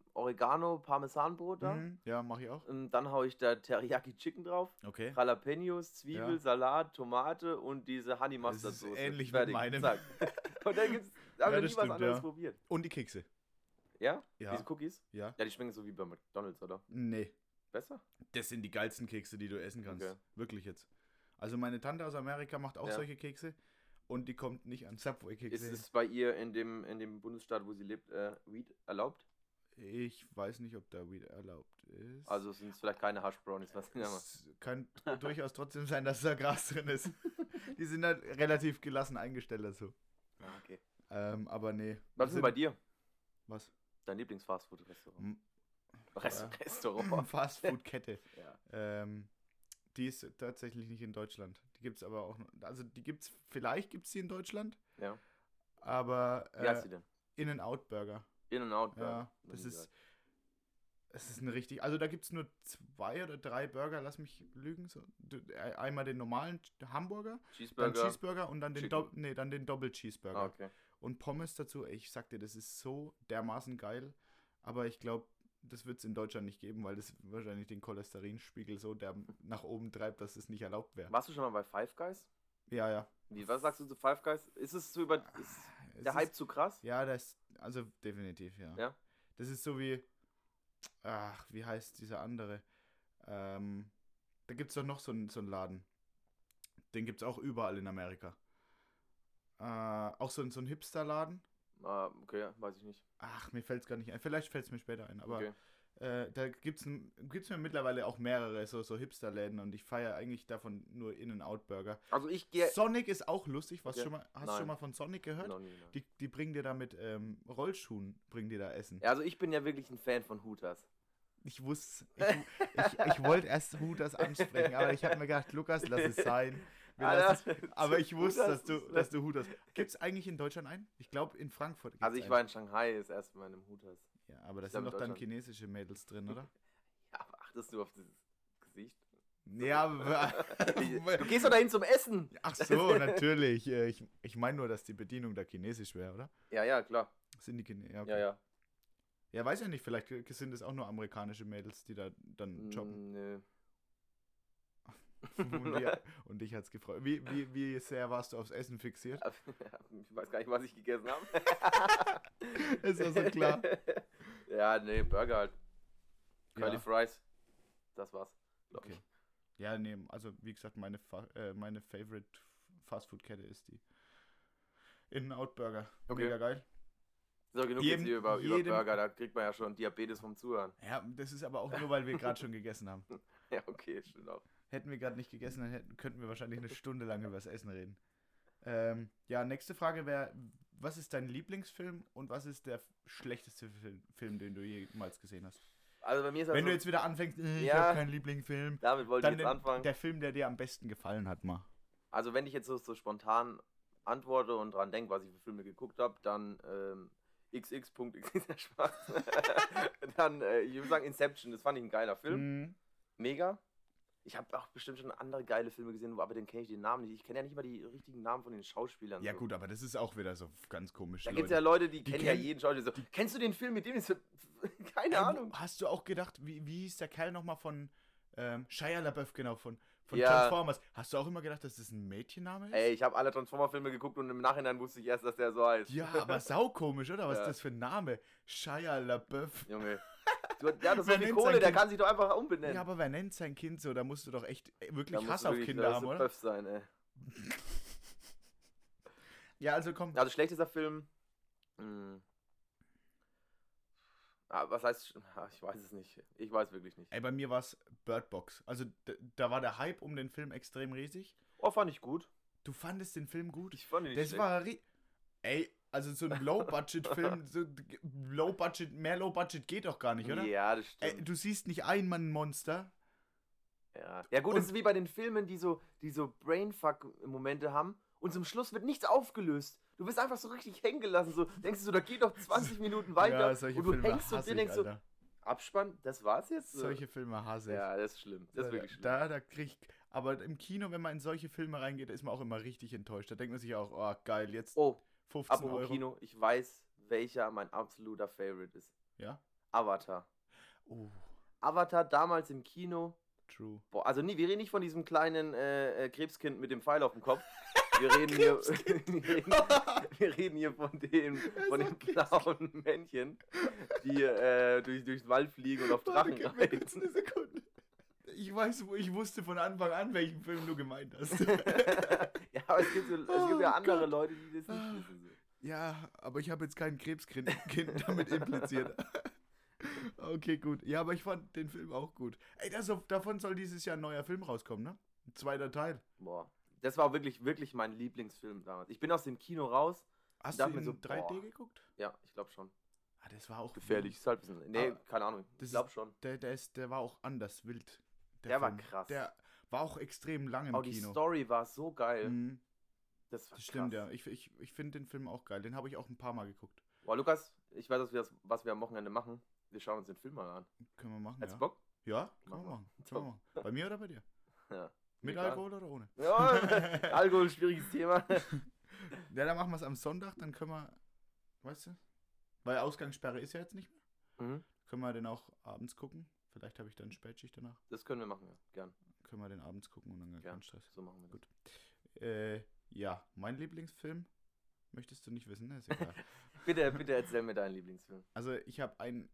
Speaker 1: Oregano-Parmesanbrot da.
Speaker 2: Mhm. Ja, mache ich auch.
Speaker 1: Und dann haue ich da Teriyaki Chicken drauf,
Speaker 2: Okay.
Speaker 1: Jalapenos, Zwiebel,
Speaker 2: Ja.
Speaker 1: Salat, Tomate und diese Honey
Speaker 2: Das ist
Speaker 1: Mustard Soße.
Speaker 2: ähnlich mit
Speaker 1: Fertig,
Speaker 2: meinem. (laughs)
Speaker 1: zack. Und dann gibt's, da
Speaker 2: Ja,
Speaker 1: haben wir nie
Speaker 2: das
Speaker 1: was
Speaker 2: stimmt,
Speaker 1: anderes
Speaker 2: ja.
Speaker 1: probiert.
Speaker 2: Und die Kekse.
Speaker 1: Ja?
Speaker 2: Ja.
Speaker 1: Diese Cookies?
Speaker 2: Ja.
Speaker 1: Ja, die schmecken so wie bei McDonalds, oder?
Speaker 2: Nee.
Speaker 1: Besser?
Speaker 2: Das sind die geilsten Kekse, die du essen kannst.
Speaker 1: Okay.
Speaker 2: Wirklich jetzt. Also meine Tante aus Amerika macht auch
Speaker 1: Ja.
Speaker 2: solche Kekse und die kommt nicht an
Speaker 1: Ist
Speaker 2: Subway-Kekse.
Speaker 1: es bei ihr in dem, in dem Bundesstaat, wo sie lebt, äh, Weed erlaubt?
Speaker 2: Ich weiß nicht, ob da wieder erlaubt ist.
Speaker 1: Also sind es vielleicht keine Hash Brownies, was ich mal.
Speaker 2: Es
Speaker 1: (laughs)
Speaker 2: kann durchaus trotzdem sein, dass da Gras drin ist. Die sind halt relativ gelassen eingestellt dazu.
Speaker 1: Ah, okay.
Speaker 2: Ähm, aber nee.
Speaker 1: Was ist denn bei dir?
Speaker 2: Was?
Speaker 1: Dein Lieblingsfastfood-Restaurant?
Speaker 2: M-
Speaker 1: Rest
Speaker 2: ja.
Speaker 1: Restaurant.
Speaker 2: (laughs) Fastfood-Kette.
Speaker 1: (laughs) ja.
Speaker 2: Ähm, die ist tatsächlich nicht in Deutschland. Die gibt es aber auch. nur- Also die gibt's, vielleicht gibt es die in Deutschland,
Speaker 1: ja.
Speaker 2: aber
Speaker 1: Wie heißt
Speaker 2: äh,
Speaker 1: sie denn?
Speaker 2: In-N-Out Burger.
Speaker 1: In and Out.
Speaker 2: Ja, das ist. Es ist ein richtig. Also da gibt es nur zwei oder drei Burger, lass mich lügen. So, d- e- einmal den normalen Hamburger,
Speaker 1: Cheeseburger.
Speaker 2: dann Cheeseburger und dann den,
Speaker 1: Chicken.
Speaker 2: Dopp- nee, dann den Double Cheeseburger.
Speaker 1: Ah, okay.
Speaker 2: Und Pommes dazu, ey, ich sag dir, das ist so dermaßen geil. Aber ich glaube, das wird es in Deutschland nicht geben, weil das wahrscheinlich den Cholesterinspiegel so der nach oben treibt, dass es nicht erlaubt wäre.
Speaker 1: Warst du schon mal bei Five Guys?
Speaker 2: Ja, ja.
Speaker 1: Wie, was sagst du zu Five Guys? Ist es zu über. Ist
Speaker 2: Ah, Es
Speaker 1: der
Speaker 2: ist-
Speaker 1: Hype zu krass?
Speaker 2: Ja, das, also definitiv, ja.
Speaker 1: Ja?
Speaker 2: Das ist so wie, ach, wie heißt dieser andere? Ähm, da gibt es doch noch so einen so einen Laden. Den gibt es auch überall in Amerika. Äh, auch so, ein- so ein Hipster-Laden.
Speaker 1: Ah, okay, weiß ich nicht.
Speaker 2: Ach, mir fällt es gar nicht ein. Vielleicht fällt es mir später ein, aber
Speaker 1: Okay.
Speaker 2: äh, da gibt es gibt's mir mittlerweile auch mehrere so, so Hipster-Läden und ich feiere eigentlich davon nur In-N-Out-Burger.
Speaker 1: Also ich gehe.
Speaker 2: Sonic ist auch lustig. Was
Speaker 1: Okay.
Speaker 2: schon mal, hast du
Speaker 1: Nein.
Speaker 2: schon mal von Sonic gehört?
Speaker 1: Noch nie, ne. nein.
Speaker 2: Die, die bringen dir da mit ähm, Rollschuhen, bringen dir da Essen.
Speaker 1: Ja, also ich bin ja wirklich ein Fan von Hooters.
Speaker 2: Ich wusste, ich, ich, ich wollte erst Hutas ansprechen, aber ich habe mir gedacht, Lukas, lass es sein. Wir lassen
Speaker 1: Alter,
Speaker 2: es. Aber ich wusste,
Speaker 1: Hooters
Speaker 2: dass du,
Speaker 1: ist-
Speaker 2: dass du Hutas. Gibt es eigentlich in Deutschland einen? Ich glaube, in Frankfurt. Gibt's
Speaker 1: Also ich
Speaker 2: einen.
Speaker 1: war in Shanghai das erste Mal in einem Hooters.
Speaker 2: Ja, aber da
Speaker 1: Ich glaub,
Speaker 2: sind
Speaker 1: in
Speaker 2: doch dann
Speaker 1: Deutschland.
Speaker 2: chinesische Mädels drin,
Speaker 1: (laughs)
Speaker 2: oder?
Speaker 1: Ja, aber achtest du auf dieses Gesicht? (laughs)
Speaker 2: Ja, aber- (laughs)
Speaker 1: Du gehst doch dahin zum Essen. (laughs)
Speaker 2: ach so, natürlich. Äh, Ich, ich meine nur, dass die Bedienung da chinesisch wäre, oder?
Speaker 1: Ja, ja, klar.
Speaker 2: Sind die Chine ja, okay.
Speaker 1: Ja, ja.
Speaker 2: ja, weiß ja nicht, vielleicht sind es auch nur amerikanische Mädels, die da dann jobben.
Speaker 1: Mm,
Speaker 2: (laughs)
Speaker 1: Nö.
Speaker 2: Und,
Speaker 1: (laughs)
Speaker 2: die, und dich hat's gefreut. Wie, wie, wie sehr warst du aufs Essen fixiert?
Speaker 1: Ich weiß gar nicht, was ich gegessen habe.
Speaker 2: (laughs) Ist ja so klar.
Speaker 1: (laughs) ja, nee, Burger halt. Curly
Speaker 2: Ja.
Speaker 1: Fries. Das war's. glaub
Speaker 2: Okay.
Speaker 1: ich.
Speaker 2: Ja, nee, also wie gesagt, meine, Fa äh, meine Favorite Fastfood-Kette ist die In-N-Out Burger.
Speaker 1: Okay.
Speaker 2: Mega geil.
Speaker 1: So, genug
Speaker 2: Jedem-
Speaker 1: jetzt hier über, über
Speaker 2: jedem-
Speaker 1: Burger. Da kriegt man ja schon Diabetes vom Zuhören. (laughs)
Speaker 2: Ja, das ist aber (laughs) auch nur, weil wir gerade schon gegessen haben.
Speaker 1: Ja, okay, stimmt auch.
Speaker 2: Hätten wir gerade nicht gegessen, dann hätten, könnten wir wahrscheinlich eine Stunde lang über das Essen reden. Ähm, ja, nächste Frage wäre, was ist dein Lieblingsfilm und was ist der schlechteste Film, Film den du jemals gesehen hast?
Speaker 1: Also bei mir ist das
Speaker 2: Wenn
Speaker 1: so,
Speaker 2: du jetzt wieder anfängst, äh, ich
Speaker 1: Ja.
Speaker 2: habe keinen Lieblingsfilm,
Speaker 1: damit wollte ich
Speaker 2: dann
Speaker 1: jetzt
Speaker 2: den,
Speaker 1: anfangen.
Speaker 2: der Film, der dir am besten gefallen hat, mal.
Speaker 1: Also wenn ich jetzt so, so spontan antworte und dran denke, was ich für Filme geguckt habe, dann ähm, XX.x der Spaß. (laughs) dann, äh, ich würde sagen, Inception, das fand ich ein geiler Film.
Speaker 2: Mhm.
Speaker 1: Mega. Ich habe auch bestimmt schon andere geile Filme gesehen, aber den kenne ich den Namen nicht. Ich kenne ja nicht mal die richtigen Namen von den Schauspielern.
Speaker 2: Ja
Speaker 1: so.
Speaker 2: gut, aber das ist auch wieder so ganz komisch.
Speaker 1: Also. Da gibt es ja Leute, die,
Speaker 2: Die
Speaker 1: kennen
Speaker 2: kennen-
Speaker 1: ja jeden Schauspieler. So, kennst du den Film mit dem? Ich So, (laughs) keine
Speaker 2: Ey, wo-
Speaker 1: Ahnung.
Speaker 2: Ähm, Hast du auch gedacht, wie, wie hieß der Kerl nochmal von ähm, Shia LaBeouf, genau, von, von
Speaker 1: Ja.
Speaker 2: Transformers. Hast du auch immer gedacht, dass das ein Mädchenname ist?
Speaker 1: Ey, ich habe alle Transformer-Filme geguckt und im Nachhinein wusste ich erst, dass der so heißt.
Speaker 2: Ja, aber saukomisch, oder? Was
Speaker 1: Ja.
Speaker 2: ist das für ein Name? Shia LaBeouf.
Speaker 1: Junge. Du, ja,
Speaker 2: (laughs)
Speaker 1: das ist
Speaker 2: Wer
Speaker 1: so viel
Speaker 2: nennt sein
Speaker 1: Kohle, der
Speaker 2: Kind?
Speaker 1: kann sich doch einfach
Speaker 2: Ja.
Speaker 1: umbenennen.
Speaker 2: aber wer nennt sein Kind so? Da musst du doch echt äh,
Speaker 1: Da
Speaker 2: wirklich
Speaker 1: musst
Speaker 2: Hass
Speaker 1: du
Speaker 2: auf
Speaker 1: wirklich- da
Speaker 2: Kinder
Speaker 1: musst
Speaker 2: haben,
Speaker 1: du
Speaker 2: oder?
Speaker 1: Pöff sein, ey.
Speaker 2: Ja, also komm.
Speaker 1: Also schlechtester Film. Hm. Ah, was heißt. sch- Ah, Ich weiß es nicht. Ich weiß wirklich nicht.
Speaker 2: Ey, bei mir war es Bird Box. Also d- da war der Hype um den Film extrem riesig.
Speaker 1: Oh, fand ich gut.
Speaker 2: Du fandest den Film gut?
Speaker 1: Ich fand ihn nicht
Speaker 2: Das
Speaker 1: schlecht.
Speaker 2: war ri- Ey, also so
Speaker 1: (laughs)
Speaker 2: ein Low-Budget-Film, so g- Low-Budget, mehr Low-Budget geht doch gar nicht, oder? Äh,
Speaker 1: Ja, das stimmt.
Speaker 2: Ey, du siehst nicht einmal ein Monster.
Speaker 1: Ja, ja gut,
Speaker 2: Und-
Speaker 1: es ist wie bei den Filmen, die so, die so Brainfuck-Momente haben und zum Schluss wird nichts aufgelöst. Du bist einfach so richtig hängen gelassen. So, denkst du so, da geht noch 20 Minuten weiter.
Speaker 2: ja, solche
Speaker 1: und du
Speaker 2: Filme
Speaker 1: hängst und
Speaker 2: hasse
Speaker 1: dir
Speaker 2: ich,
Speaker 1: denkst so,
Speaker 2: Alter.
Speaker 1: Abspann, das war's jetzt? So.
Speaker 2: Solche Filme hasse ich.
Speaker 1: ja, das ist schlimm. Das ist
Speaker 2: Da-
Speaker 1: wirklich schlimm.
Speaker 2: Da, da krieg ich, aber im Kino, wenn man in solche Filme reingeht, ist man auch immer richtig enttäuscht. Da denkt man sich auch, oh geil, jetzt
Speaker 1: oh,
Speaker 2: 15
Speaker 1: apropos
Speaker 2: Euro.
Speaker 1: Kino, ich weiß, welcher mein absoluter Favorite ist.
Speaker 2: Ja.
Speaker 1: Avatar.
Speaker 2: Oh,
Speaker 1: Avatar damals im Kino.
Speaker 2: true.
Speaker 1: Boah, also nie, wir reden nicht von diesem kleinen äh, äh, Krebskind mit dem Pfeil auf dem
Speaker 2: (laughs)
Speaker 1: Kopf. Wir reden hier, wir reden, (laughs) wir reden hier von
Speaker 2: (laughs)
Speaker 1: dem,
Speaker 2: Er
Speaker 1: von dem
Speaker 2: sagt Krebskind.
Speaker 1: blauen Männchen, die äh, durch, durchs Wald fliegen und auf Drachen
Speaker 2: Warte, gib mir kurz
Speaker 1: reiten.
Speaker 2: eine Sekunde. Ich weiß, wo ich wusste von Anfang an, welchen Film du gemeint
Speaker 1: (laughs)
Speaker 2: hast.
Speaker 1: (laughs) ja, aber es gibt, so, es gibt ja
Speaker 2: Oh
Speaker 1: andere
Speaker 2: Gott. Ah.
Speaker 1: Leute, die das nicht wissen.
Speaker 2: ja, aber ich habe jetzt keinen Krebskind (laughs) Kind damit
Speaker 1: (laughs)
Speaker 2: impliziert. okay, gut. Ja, aber ich fand den Film auch gut. Ey, das, davon soll dieses Jahr ein neuer Film rauskommen, ne? Ein zweiter Teil.
Speaker 1: Boah. Das war wirklich, wirklich mein Lieblingsfilm damals. Ich bin aus dem Kino raus.
Speaker 2: Hast
Speaker 1: Dachte
Speaker 2: du
Speaker 1: mir
Speaker 2: in
Speaker 1: so,
Speaker 2: 3D
Speaker 1: boah.
Speaker 2: geguckt?
Speaker 1: Ja, ich glaube schon.
Speaker 2: Ah, das war auch
Speaker 1: Gefährlich. Ist halt ein bisschen. Nee,
Speaker 2: Ah,
Speaker 1: keine Ahnung.
Speaker 2: das
Speaker 1: Ich glaube
Speaker 2: ist-
Speaker 1: schon.
Speaker 2: Der, der, ist, der war auch anders wild.
Speaker 1: Der war
Speaker 2: Film.
Speaker 1: krass.
Speaker 2: Der war auch extrem lang im
Speaker 1: Aber Oh, die
Speaker 2: Kino.
Speaker 1: Story war so geil.
Speaker 2: Mhm,
Speaker 1: Das, war
Speaker 2: das stimmt,
Speaker 1: krass.
Speaker 2: ja. Ich, ich, ich finde den Film auch geil. Den habe ich auch ein paar Mal geguckt.
Speaker 1: Boah, Lukas, ich weiß, was wir, was wir am Wochenende machen. Wir schauen uns den Film mal an.
Speaker 2: Können wir machen.
Speaker 1: Hättest
Speaker 2: Ja,
Speaker 1: du (laughs) Bock?
Speaker 2: ja können
Speaker 1: Machen
Speaker 2: wir
Speaker 1: wir. (laughs)
Speaker 2: machen. Können wir machen. Bei mir oder bei dir?
Speaker 1: Ja.
Speaker 2: Mit
Speaker 1: Egal.
Speaker 2: Alkohol oder ohne?
Speaker 1: Ja, Alkohol, schwieriges (laughs) Thema.
Speaker 2: (laughs) Ja, dann machen wir es am Sonntag, dann können wir. Weißt du? Weil Ausgangssperre ist ja jetzt nicht mehr.
Speaker 1: Mhm,
Speaker 2: Können wir den auch abends gucken? Vielleicht habe ich dann Spätschicht danach.
Speaker 1: das können wir machen, ja. Gern.
Speaker 2: Können wir den abends gucken und dann gar
Speaker 1: Ja.
Speaker 2: keinen Stress.
Speaker 1: So machen wir das.
Speaker 2: Gut. Äh, ja, mein Lieblingsfilm möchtest du nicht wissen, ne? Ist egal.
Speaker 1: (laughs) Bitte, bitte erzähl mir deinen Lieblingsfilm.
Speaker 2: Also ich habe einen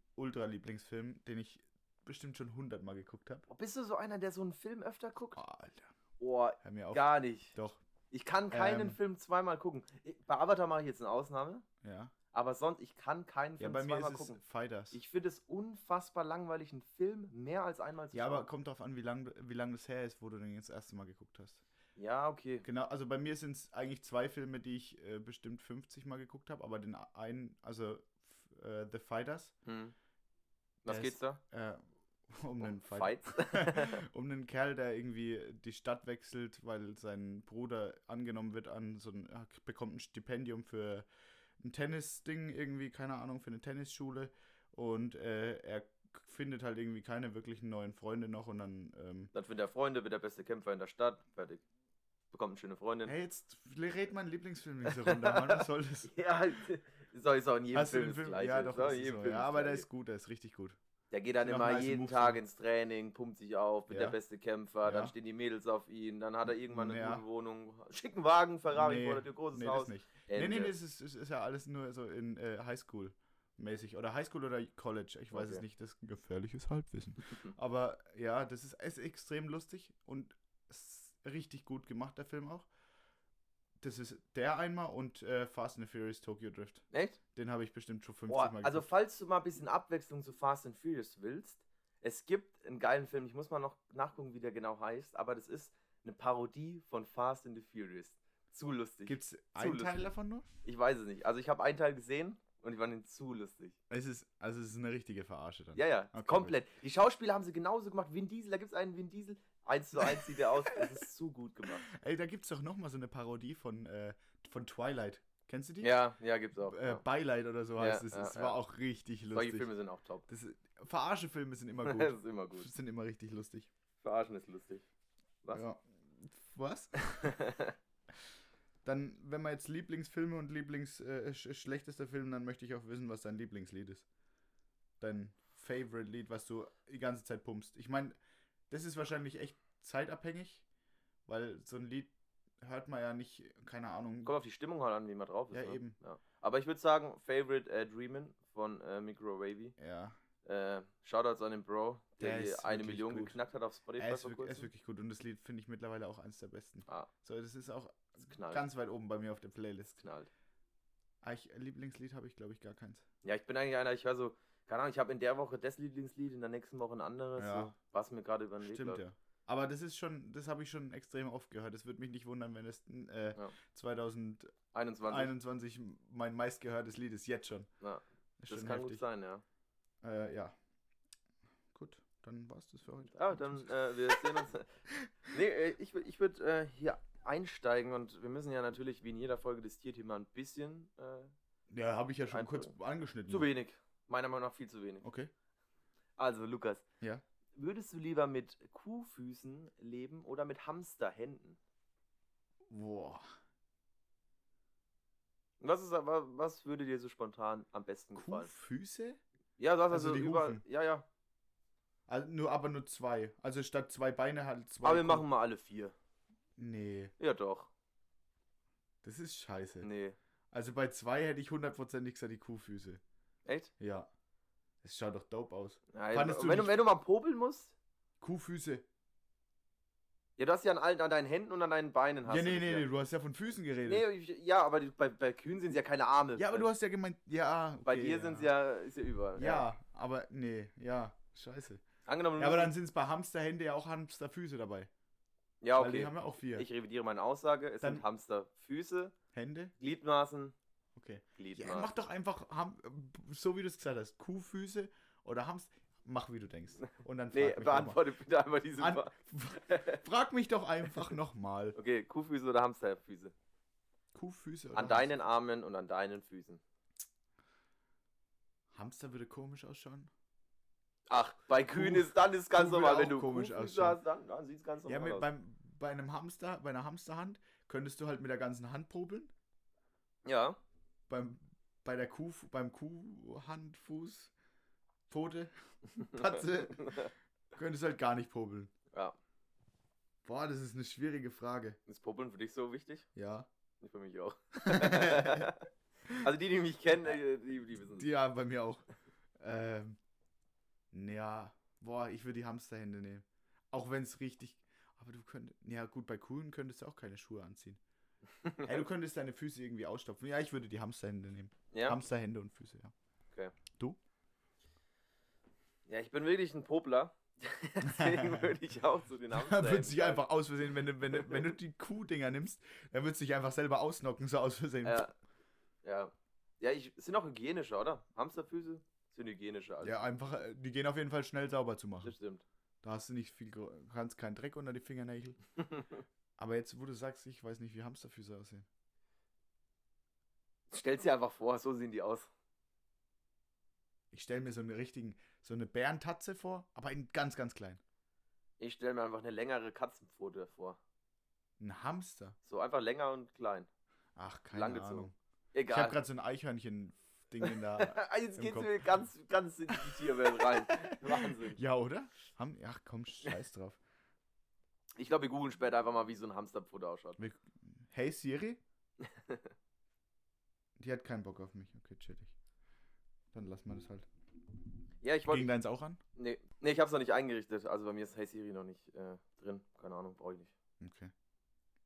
Speaker 2: Ultra-Lieblingsfilm, den ich bestimmt schon hundertmal geguckt habe.
Speaker 1: Oh, bist du so einer, der so einen Film öfter guckt?
Speaker 2: Oh, Alter,
Speaker 1: Oh,
Speaker 2: hör mir auf.
Speaker 1: gar nicht.
Speaker 2: Doch,
Speaker 1: Ich kann keinen
Speaker 2: Ähm.
Speaker 1: Film zweimal gucken. Ich- Bei Avatar mache ich jetzt eine Ausnahme,
Speaker 2: ja.
Speaker 1: aber sonst, ich kann keinen
Speaker 2: Ja,
Speaker 1: Film
Speaker 2: bei mir
Speaker 1: zweimal
Speaker 2: ist
Speaker 1: gucken.
Speaker 2: es Fighters.
Speaker 1: Ich finde es unfassbar langweilig, einen Film mehr als einmal zu
Speaker 2: ja, aber
Speaker 1: schauen.
Speaker 2: kommt drauf an, wie lang, wie lang das her ist, wo du den jetzt das erste Mal geguckt hast.
Speaker 1: Ja, okay.
Speaker 2: Genau, also bei mir sind es eigentlich zwei Filme, die ich äh, bestimmt 50 Mal geguckt habe, aber den einen, also f- äh, The Fighters,
Speaker 1: Hm. Was
Speaker 2: Der
Speaker 1: geht's da?
Speaker 2: äh, (laughs) um den
Speaker 1: Um (laughs)
Speaker 2: Fight,
Speaker 1: Fights?
Speaker 2: (laughs) um einen Kerl, der irgendwie die Stadt wechselt, weil sein Bruder angenommen wird an so ein, er bekommt ein Stipendium für ein Tennisding irgendwie, keine Ahnung, für eine Tennisschule und äh, er findet halt irgendwie keine wirklichen neuen Freunde noch und dann, ähm,
Speaker 1: Dann findet er Freunde, wird der beste Kämpfer in der Stadt, fertig. Bekommt eine schöne Freundin.
Speaker 2: hey, jetzt red mein Lieblingsfilm diese Runde, Mann, was soll das?
Speaker 1: (laughs) Ja, ist auch, ist auch in jedem
Speaker 2: Hast du
Speaker 1: Film das
Speaker 2: den Also Film?
Speaker 1: Gleiche.
Speaker 2: Ja,
Speaker 1: ist
Speaker 2: doch,
Speaker 1: auch
Speaker 2: das
Speaker 1: in
Speaker 2: ist
Speaker 1: jedem
Speaker 2: so.
Speaker 1: Film
Speaker 2: ja,
Speaker 1: das
Speaker 2: aber der
Speaker 1: Gleiche.
Speaker 2: ist gut, der ist richtig gut.
Speaker 1: Der geht dann
Speaker 2: sind auch
Speaker 1: immer
Speaker 2: nice
Speaker 1: jeden
Speaker 2: Moves
Speaker 1: Tag
Speaker 2: drin.
Speaker 1: ins Training, pumpt sich auf, wird
Speaker 2: Ja.
Speaker 1: der beste Kämpfer,
Speaker 2: Ja. Hm,
Speaker 1: dann stehen die Mädels auf ihn, dann hat er irgendwann eine
Speaker 2: Ja.
Speaker 1: gute Wohnung, (laughs) schicken Wagen, Ferrari
Speaker 2: Nee,
Speaker 1: vor der Tür, großes
Speaker 2: nee,
Speaker 1: Haus.
Speaker 2: das nicht.
Speaker 1: Ende.
Speaker 2: Nee, nee, das ist, ist, ist ja alles nur so in äh, Highschool-mäßig. Oder Highschool oder College. Ich weiß es
Speaker 1: Okay.
Speaker 2: nicht. Das ist gefährliches
Speaker 1: (laughs)
Speaker 2: Halbwissen. Aber ja, das ist, ist extrem lustig und s- richtig gut gemacht, der Film auch. Das ist der einmal und äh, Fast and the Furious Tokyo Drift.
Speaker 1: Echt?
Speaker 2: Den habe ich bestimmt schon 50
Speaker 1: Boah,
Speaker 2: Mal
Speaker 1: also
Speaker 2: geguckt.
Speaker 1: falls du mal ein bisschen Abwechslung zu Fast and Furious willst, es gibt einen geilen Film, ich muss mal noch nachgucken, wie der genau heißt, aber das ist eine Parodie von Fast and the Furious. Zu lustig.
Speaker 2: Gibt es einen
Speaker 1: lustig.
Speaker 2: Teil davon nur?
Speaker 1: Ich weiß es nicht. Also ich habe einen Teil gesehen und ich fand ihn zu lustig.
Speaker 2: Es ist, also es ist eine richtige Verarsche dann.
Speaker 1: Ja, ja,
Speaker 2: Okay,
Speaker 1: komplett. Die Schauspieler haben sie genauso gemacht. Vin Diesel, da gibt es einen Vin Diesel. Eins zu eins sieht er aus. Das ist zu gut gemacht.
Speaker 2: Ey, da gibt es doch nochmal so eine Parodie von, äh, von Twilight. Kennst du die?
Speaker 1: (laughs) Ja, ja, gibt's auch.
Speaker 2: Äh,
Speaker 1: ja.
Speaker 2: Beileid oder so
Speaker 1: Ja,
Speaker 2: heißt es.
Speaker 1: ja,
Speaker 2: es
Speaker 1: ja.
Speaker 2: war auch richtig lustig.
Speaker 1: Solche Filme sind auch top.
Speaker 2: Das, verarsche Filme
Speaker 1: (laughs)
Speaker 2: sind immer
Speaker 1: Das
Speaker 2: gut.
Speaker 1: ist immer gut.
Speaker 2: Sind immer richtig lustig.
Speaker 1: Verarschen ist lustig. Was?
Speaker 2: Ja. Was? Dann, wenn wir jetzt Lieblingsfilme und Lieblings äh, sch schlechtester Film, dann möchte ich auch wissen, was dein Lieblingslied ist. Dein Favorite Lied, was du die ganze Zeit pumpst. Ich meine, das ist wahrscheinlich echt zeitabhängig, weil so ein Lied hört man ja nicht, keine
Speaker 1: (laughs)
Speaker 2: Ahnung.
Speaker 1: Kommt auf die Stimmung halt an, wie man drauf ist.
Speaker 2: Ja,
Speaker 1: ne?
Speaker 2: eben.
Speaker 1: Ja. Aber ich würde sagen, Favorite äh, Dreamin' von äh, Microwavy.
Speaker 2: Ja,
Speaker 1: Äh, Shoutouts an den Bro,
Speaker 2: Der
Speaker 1: der, die
Speaker 2: ist
Speaker 1: eine
Speaker 2: wirklich
Speaker 1: Million
Speaker 2: gut.
Speaker 1: geknackt hat auf Spotify
Speaker 2: er ist,
Speaker 1: vor
Speaker 2: wirklich, er ist
Speaker 1: kurzem.
Speaker 2: wirklich gut und das Lied finde ich mittlerweile auch eines der besten.
Speaker 1: Ah,
Speaker 2: So, das ist auch
Speaker 1: das knallt.
Speaker 2: ganz weit oben bei mir auf der Playlist.
Speaker 1: knallt.
Speaker 2: Ah, ich, Lieblingslied habe ich, glaube ich, gar keins.
Speaker 1: Ja, ich bin eigentlich einer, ich höre so, keine Ahnung, ich habe in der Woche das Lieblingslied, in der nächsten Woche ein anderes,
Speaker 2: Ja.
Speaker 1: so, was mir gerade über den Weg
Speaker 2: Stimmt
Speaker 1: läuft.
Speaker 2: ja. Aber das ist schon, das habe ich schon extrem oft gehört. Es würde mich nicht wundern, wenn es äh,
Speaker 1: Ja.
Speaker 2: 2021
Speaker 1: 21.
Speaker 2: mein meistgehörtes Lied ist jetzt schon.
Speaker 1: Ja,
Speaker 2: Ist
Speaker 1: das
Speaker 2: schon
Speaker 1: kann gut
Speaker 2: heftig.
Speaker 1: sein, ja.
Speaker 2: Äh, ja. Gut, dann war's das für heute. (laughs)
Speaker 1: Ah, dann, äh, wir sehen uns. nee, äh, ich, wür- ich würde äh, hier einsteigen und wir müssen ja natürlich wie in jeder Folge das Tierthema ein bisschen äh,
Speaker 2: Ja, habe ich ja schon
Speaker 1: Ein-
Speaker 2: kurz angeschnitten.
Speaker 1: zu wenig. Meiner Meinung nach viel zu wenig.
Speaker 2: Okay.
Speaker 1: Also, Lukas.
Speaker 2: Ja.
Speaker 1: Würdest du lieber mit Kuhfüßen leben oder mit Hamsterhänden?
Speaker 2: Boah.
Speaker 1: Was, ist, wa- was würde dir so spontan am besten gefallen?
Speaker 2: Kuhfüße?
Speaker 1: Ja, du hast
Speaker 2: Also
Speaker 1: also,
Speaker 2: die
Speaker 1: über.
Speaker 2: Hufen.
Speaker 1: Ja, ja.
Speaker 2: Also nur, aber nur zwei. Also statt zwei Beine halt zwei.
Speaker 1: Aber wir
Speaker 2: Kuh-
Speaker 1: machen mal alle vier.
Speaker 2: Nee,
Speaker 1: Ja, doch.
Speaker 2: das ist scheiße.
Speaker 1: Nee.
Speaker 2: Also bei zwei hätte ich hundertprozentig gesagt die Kuhfüße.
Speaker 1: Echt?
Speaker 2: Ja. Das schaut doch dope aus.
Speaker 1: Nein.
Speaker 2: Fandest du
Speaker 1: wenn, du,
Speaker 2: nicht-
Speaker 1: wenn du mal popeln musst.
Speaker 2: Kuhfüße.
Speaker 1: Ja, du hast ja an, allen, an deinen Händen und an deinen Beinen. Hast
Speaker 2: Ja,
Speaker 1: du
Speaker 2: nee,
Speaker 1: das
Speaker 2: nee,
Speaker 1: ja.
Speaker 2: nee, du hast ja von Füßen
Speaker 1: Nee,
Speaker 2: geredet.
Speaker 1: ich, ja, aber die, bei, bei Kühen sind es ja keine Arme. Also
Speaker 2: ja, aber du hast ja gemeint, ja.
Speaker 1: Bei
Speaker 2: okay,
Speaker 1: dir sind es ja, ist ja
Speaker 2: Ja,
Speaker 1: überall.
Speaker 2: aber nee, ja, scheiße.
Speaker 1: Angenommen, du
Speaker 2: Ja, aber dann
Speaker 1: müsstest-
Speaker 2: sind es bei Hamsterhände ja auch Hamsterfüße dabei.
Speaker 1: ja
Speaker 2: Weil die haben
Speaker 1: okay.
Speaker 2: ja auch vier
Speaker 1: Ich revidiere meine Aussage. Es
Speaker 2: Dann-
Speaker 1: sind Hamsterfüße,
Speaker 2: Hände.
Speaker 1: Gliedmaßen,
Speaker 2: Okay. Ja,
Speaker 1: Gliedmaßen.
Speaker 2: mach doch einfach, Ham so wie du es gesagt hast, Kuhfüße oder Hamster. Mach wie du denkst. Und dann frag
Speaker 1: Nee,
Speaker 2: mich noch mal.
Speaker 1: beantworte bitte einmal diese
Speaker 2: An-
Speaker 1: Frage.
Speaker 2: (laughs) Frag mich doch einfach nochmal.
Speaker 1: Okay, Kuhfüße oder Hamsterfüße?
Speaker 2: Kuhfüße oder
Speaker 1: An deinen Armen und an deinen Füßen.
Speaker 2: Hamster? Hamster würde komisch ausschauen.
Speaker 1: Ach, bei Kühen
Speaker 2: Kuh-
Speaker 1: ist dann ist ganz
Speaker 2: Kuh würde
Speaker 1: normal, wenn
Speaker 2: auch
Speaker 1: du
Speaker 2: komisch
Speaker 1: Kuhfüße
Speaker 2: ausschauen.
Speaker 1: hast, dann, dann sieht es ganz
Speaker 2: Ja,
Speaker 1: normal
Speaker 2: mit,
Speaker 1: aus.
Speaker 2: beim, bei einem Hamster, bei einer Hamsterhand könntest du halt mit der ganzen Hand probeln.
Speaker 1: ja,
Speaker 2: Beim, bei der Kuh, beim Kuhhand, Fuß, Pfote, Patze,
Speaker 1: (laughs)
Speaker 2: könntest du halt gar nicht probeln.
Speaker 1: Ja.
Speaker 2: Boah, das ist eine schwierige Frage.
Speaker 1: ist Popeln für dich so wichtig?
Speaker 2: Ja.
Speaker 1: Ich Für mich
Speaker 2: (laughs)
Speaker 1: auch. also die, die mich kennen, äh, die, die wissen es.
Speaker 2: Ja, bei mir auch. Ähm, ja, boah, ich würde die Hamsterhände nehmen. Auch wenn es richtig. Aber du könntest. Ja, gut, bei Kuhn könntest du auch keine Schuhe
Speaker 1: (laughs)
Speaker 2: anziehen. Ey, du könntest deine Füße irgendwie ausstopfen. Ja, ich würde die Hamsterhände nehmen.
Speaker 1: Ja?
Speaker 2: Hamsterhände und Füße, ja.
Speaker 1: ja, ich bin wirklich ein Popler. (laughs) Deswegen
Speaker 2: (laughs)
Speaker 1: würde ich auch zu den
Speaker 2: (laughs) Da
Speaker 1: Hamstern.
Speaker 2: wird sich einfach aus Versehen, wenn du, wenn du, wenn du die Kuhdinger nimmst, dann wird sich einfach selber ausnocken, so aus Versehen. Ja,
Speaker 1: Ja, ja. ja ich, sind auch hygienischer, oder? Hamsterfüße sind hygienischer. als-
Speaker 2: einfach, äh, die gehen auf jeden Fall schnell sauber zu machen.
Speaker 1: Das stimmt.
Speaker 2: Da hast du nicht viel, gro- kannst keinen Dreck unter
Speaker 1: (laughs)
Speaker 2: die Fingernägel. Aber jetzt, wo du sagst, ich weiß nicht, wie Hamsterfüße aussehen.
Speaker 1: Stell's dir einfach vor, so sehen die aus.
Speaker 2: Ich stelle mir so einen richtigen, so eine Bärentatze vor, aber in ganz, ganz klein.
Speaker 1: Ich stelle mir einfach eine längere Katzenpfote vor.
Speaker 2: Ein Hamster.
Speaker 1: So einfach länger und klein.
Speaker 2: Ach, keine
Speaker 1: Langgezogen.
Speaker 2: Ahnung. Ich habe
Speaker 1: Egal.
Speaker 2: gerade so ein Eichhörnchen-Ding in der.
Speaker 1: (laughs) Ah, Jetzt
Speaker 2: im
Speaker 1: geht's
Speaker 2: Kopf.
Speaker 1: mir ganz, ganz in die Tierwelt
Speaker 2: (laughs)
Speaker 1: rein. Wahnsinn.
Speaker 2: ja, oder? Ham Ach komm, scheiß drauf.
Speaker 1: Ich glaube, wir googeln später einfach mal, wie so ein Hamsterpfote ausschaut.
Speaker 2: Wir-
Speaker 1: (laughs)
Speaker 2: Hey Siri? Die hat keinen Bock auf mich. Okay, chillig. Dann lass mal das halt.
Speaker 1: Ja, ich
Speaker 2: Ging
Speaker 1: wollte.
Speaker 2: deins auch an?
Speaker 1: Nee, nee, ich hab's noch nicht eingerichtet. Also bei mir ist Hey Siri noch nicht äh, drin. Keine Ahnung, brauche ich nicht.
Speaker 2: Okay.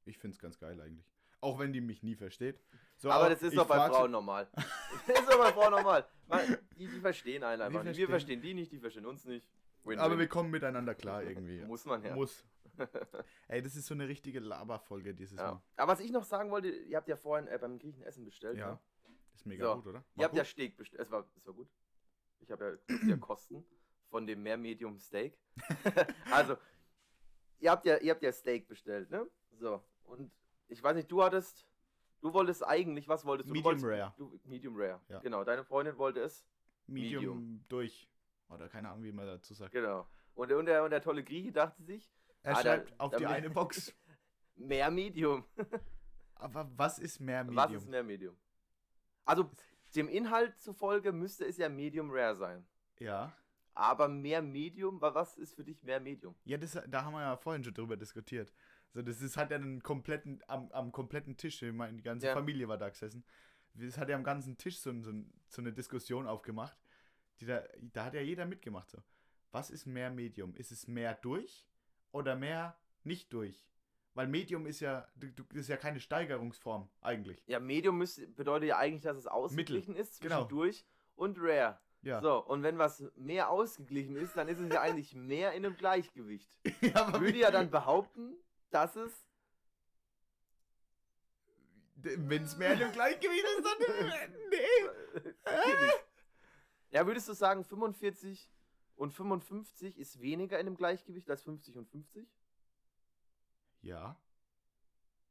Speaker 2: Ich find's ganz geil eigentlich. Auch wenn die mich nie versteht. So,
Speaker 1: aber das ist
Speaker 2: ich
Speaker 1: doch bei
Speaker 2: frag so-
Speaker 1: Frauen
Speaker 2: (laughs)
Speaker 1: normal. (laughs) das ist doch bei Frauen normal. Weil die, die verstehen einen einfach
Speaker 2: Die
Speaker 1: nicht. Wir
Speaker 2: verstehen-
Speaker 1: verstehen die nicht, die verstehen uns nicht. Win-win.
Speaker 2: Aber wir kommen
Speaker 1: (laughs)
Speaker 2: miteinander klar irgendwie.
Speaker 1: Muss man ja.
Speaker 2: Muss.
Speaker 1: (laughs)
Speaker 2: Ey, das ist so eine richtige Laberfolge dieses
Speaker 1: ja.
Speaker 2: Mal.
Speaker 1: Aber was ich noch sagen wollte, ihr habt ja vorhin äh, beim Griechen Essen bestellt. ne?
Speaker 2: Ja. Ist mega
Speaker 1: So.
Speaker 2: gut, oder?
Speaker 1: Ihr habt ja
Speaker 2: gut.
Speaker 1: Steak bestellt. Es war, es war gut. Ich habe ja, ja Kosten von dem Mehrmedium
Speaker 2: (laughs)
Speaker 1: Steak. also, ihr habt, ja, ihr habt ja Steak bestellt, ne? So. Und ich weiß nicht, du hattest. Du wolltest eigentlich, was wolltest du?
Speaker 2: Medium
Speaker 1: du wolltest,
Speaker 2: Rare.
Speaker 1: Du, Medium Rare.
Speaker 2: Ja.
Speaker 1: Genau, deine Freundin wollte es.
Speaker 2: Medium,
Speaker 1: Medium.
Speaker 2: durch. Oder keine Ahnung, wie man dazu sagt.
Speaker 1: Genau. Und, der- und, der, und der tolle Grieche dachte sich,
Speaker 2: Er
Speaker 1: Ah, da-
Speaker 2: schreibt auf die
Speaker 1: damit-
Speaker 2: eine Box.
Speaker 1: (laughs) mehr Medium.
Speaker 2: Aber was ist mehr Medium?
Speaker 1: Was ist ne- mehr Medium? Also, dem Inhalt zufolge müsste es ja Medium Rare sein.
Speaker 2: ja.
Speaker 1: Aber mehr Medium, wa- was ist für dich mehr Medium?
Speaker 2: Ja, das, da haben wir ja vorhin schon drüber diskutiert. So, das ist, hat ja einen kompletten, am, am kompletten Tisch, ich meine, die ganze
Speaker 1: Ja.
Speaker 2: Familie war da gesessen. Das hat ja am ganzen Tisch so, ein- so, ein- so eine Diskussion aufgemacht. Die da, da hat ja jeder mitgemacht. So. Was ist mehr Medium? Ist es mehr durch oder mehr nicht durch? Weil Medium ist ja, du, du, das ist ja keine Steigerungsform eigentlich.
Speaker 1: Ja, Medium müsste, bedeutet ja eigentlich, dass es ausgeglichen ist
Speaker 2: genau.
Speaker 1: zwischendurch und rare.
Speaker 2: Ja.
Speaker 1: So, und wenn was mehr ausgeglichen ist, dann ist es ja eigentlich mehr in einem Gleichgewicht.
Speaker 2: (laughs) ja aber
Speaker 1: Würde
Speaker 2: wie-
Speaker 1: ja dann behaupten, dass es.
Speaker 2: Wenn es mehr in dem Gleichgewicht ist,
Speaker 1: (laughs)
Speaker 2: dann. Nee.
Speaker 1: Geht nicht. ja, würdest du sagen, 45 und 55 ist weniger in einem Gleichgewicht als 50 und 50?
Speaker 2: Ja.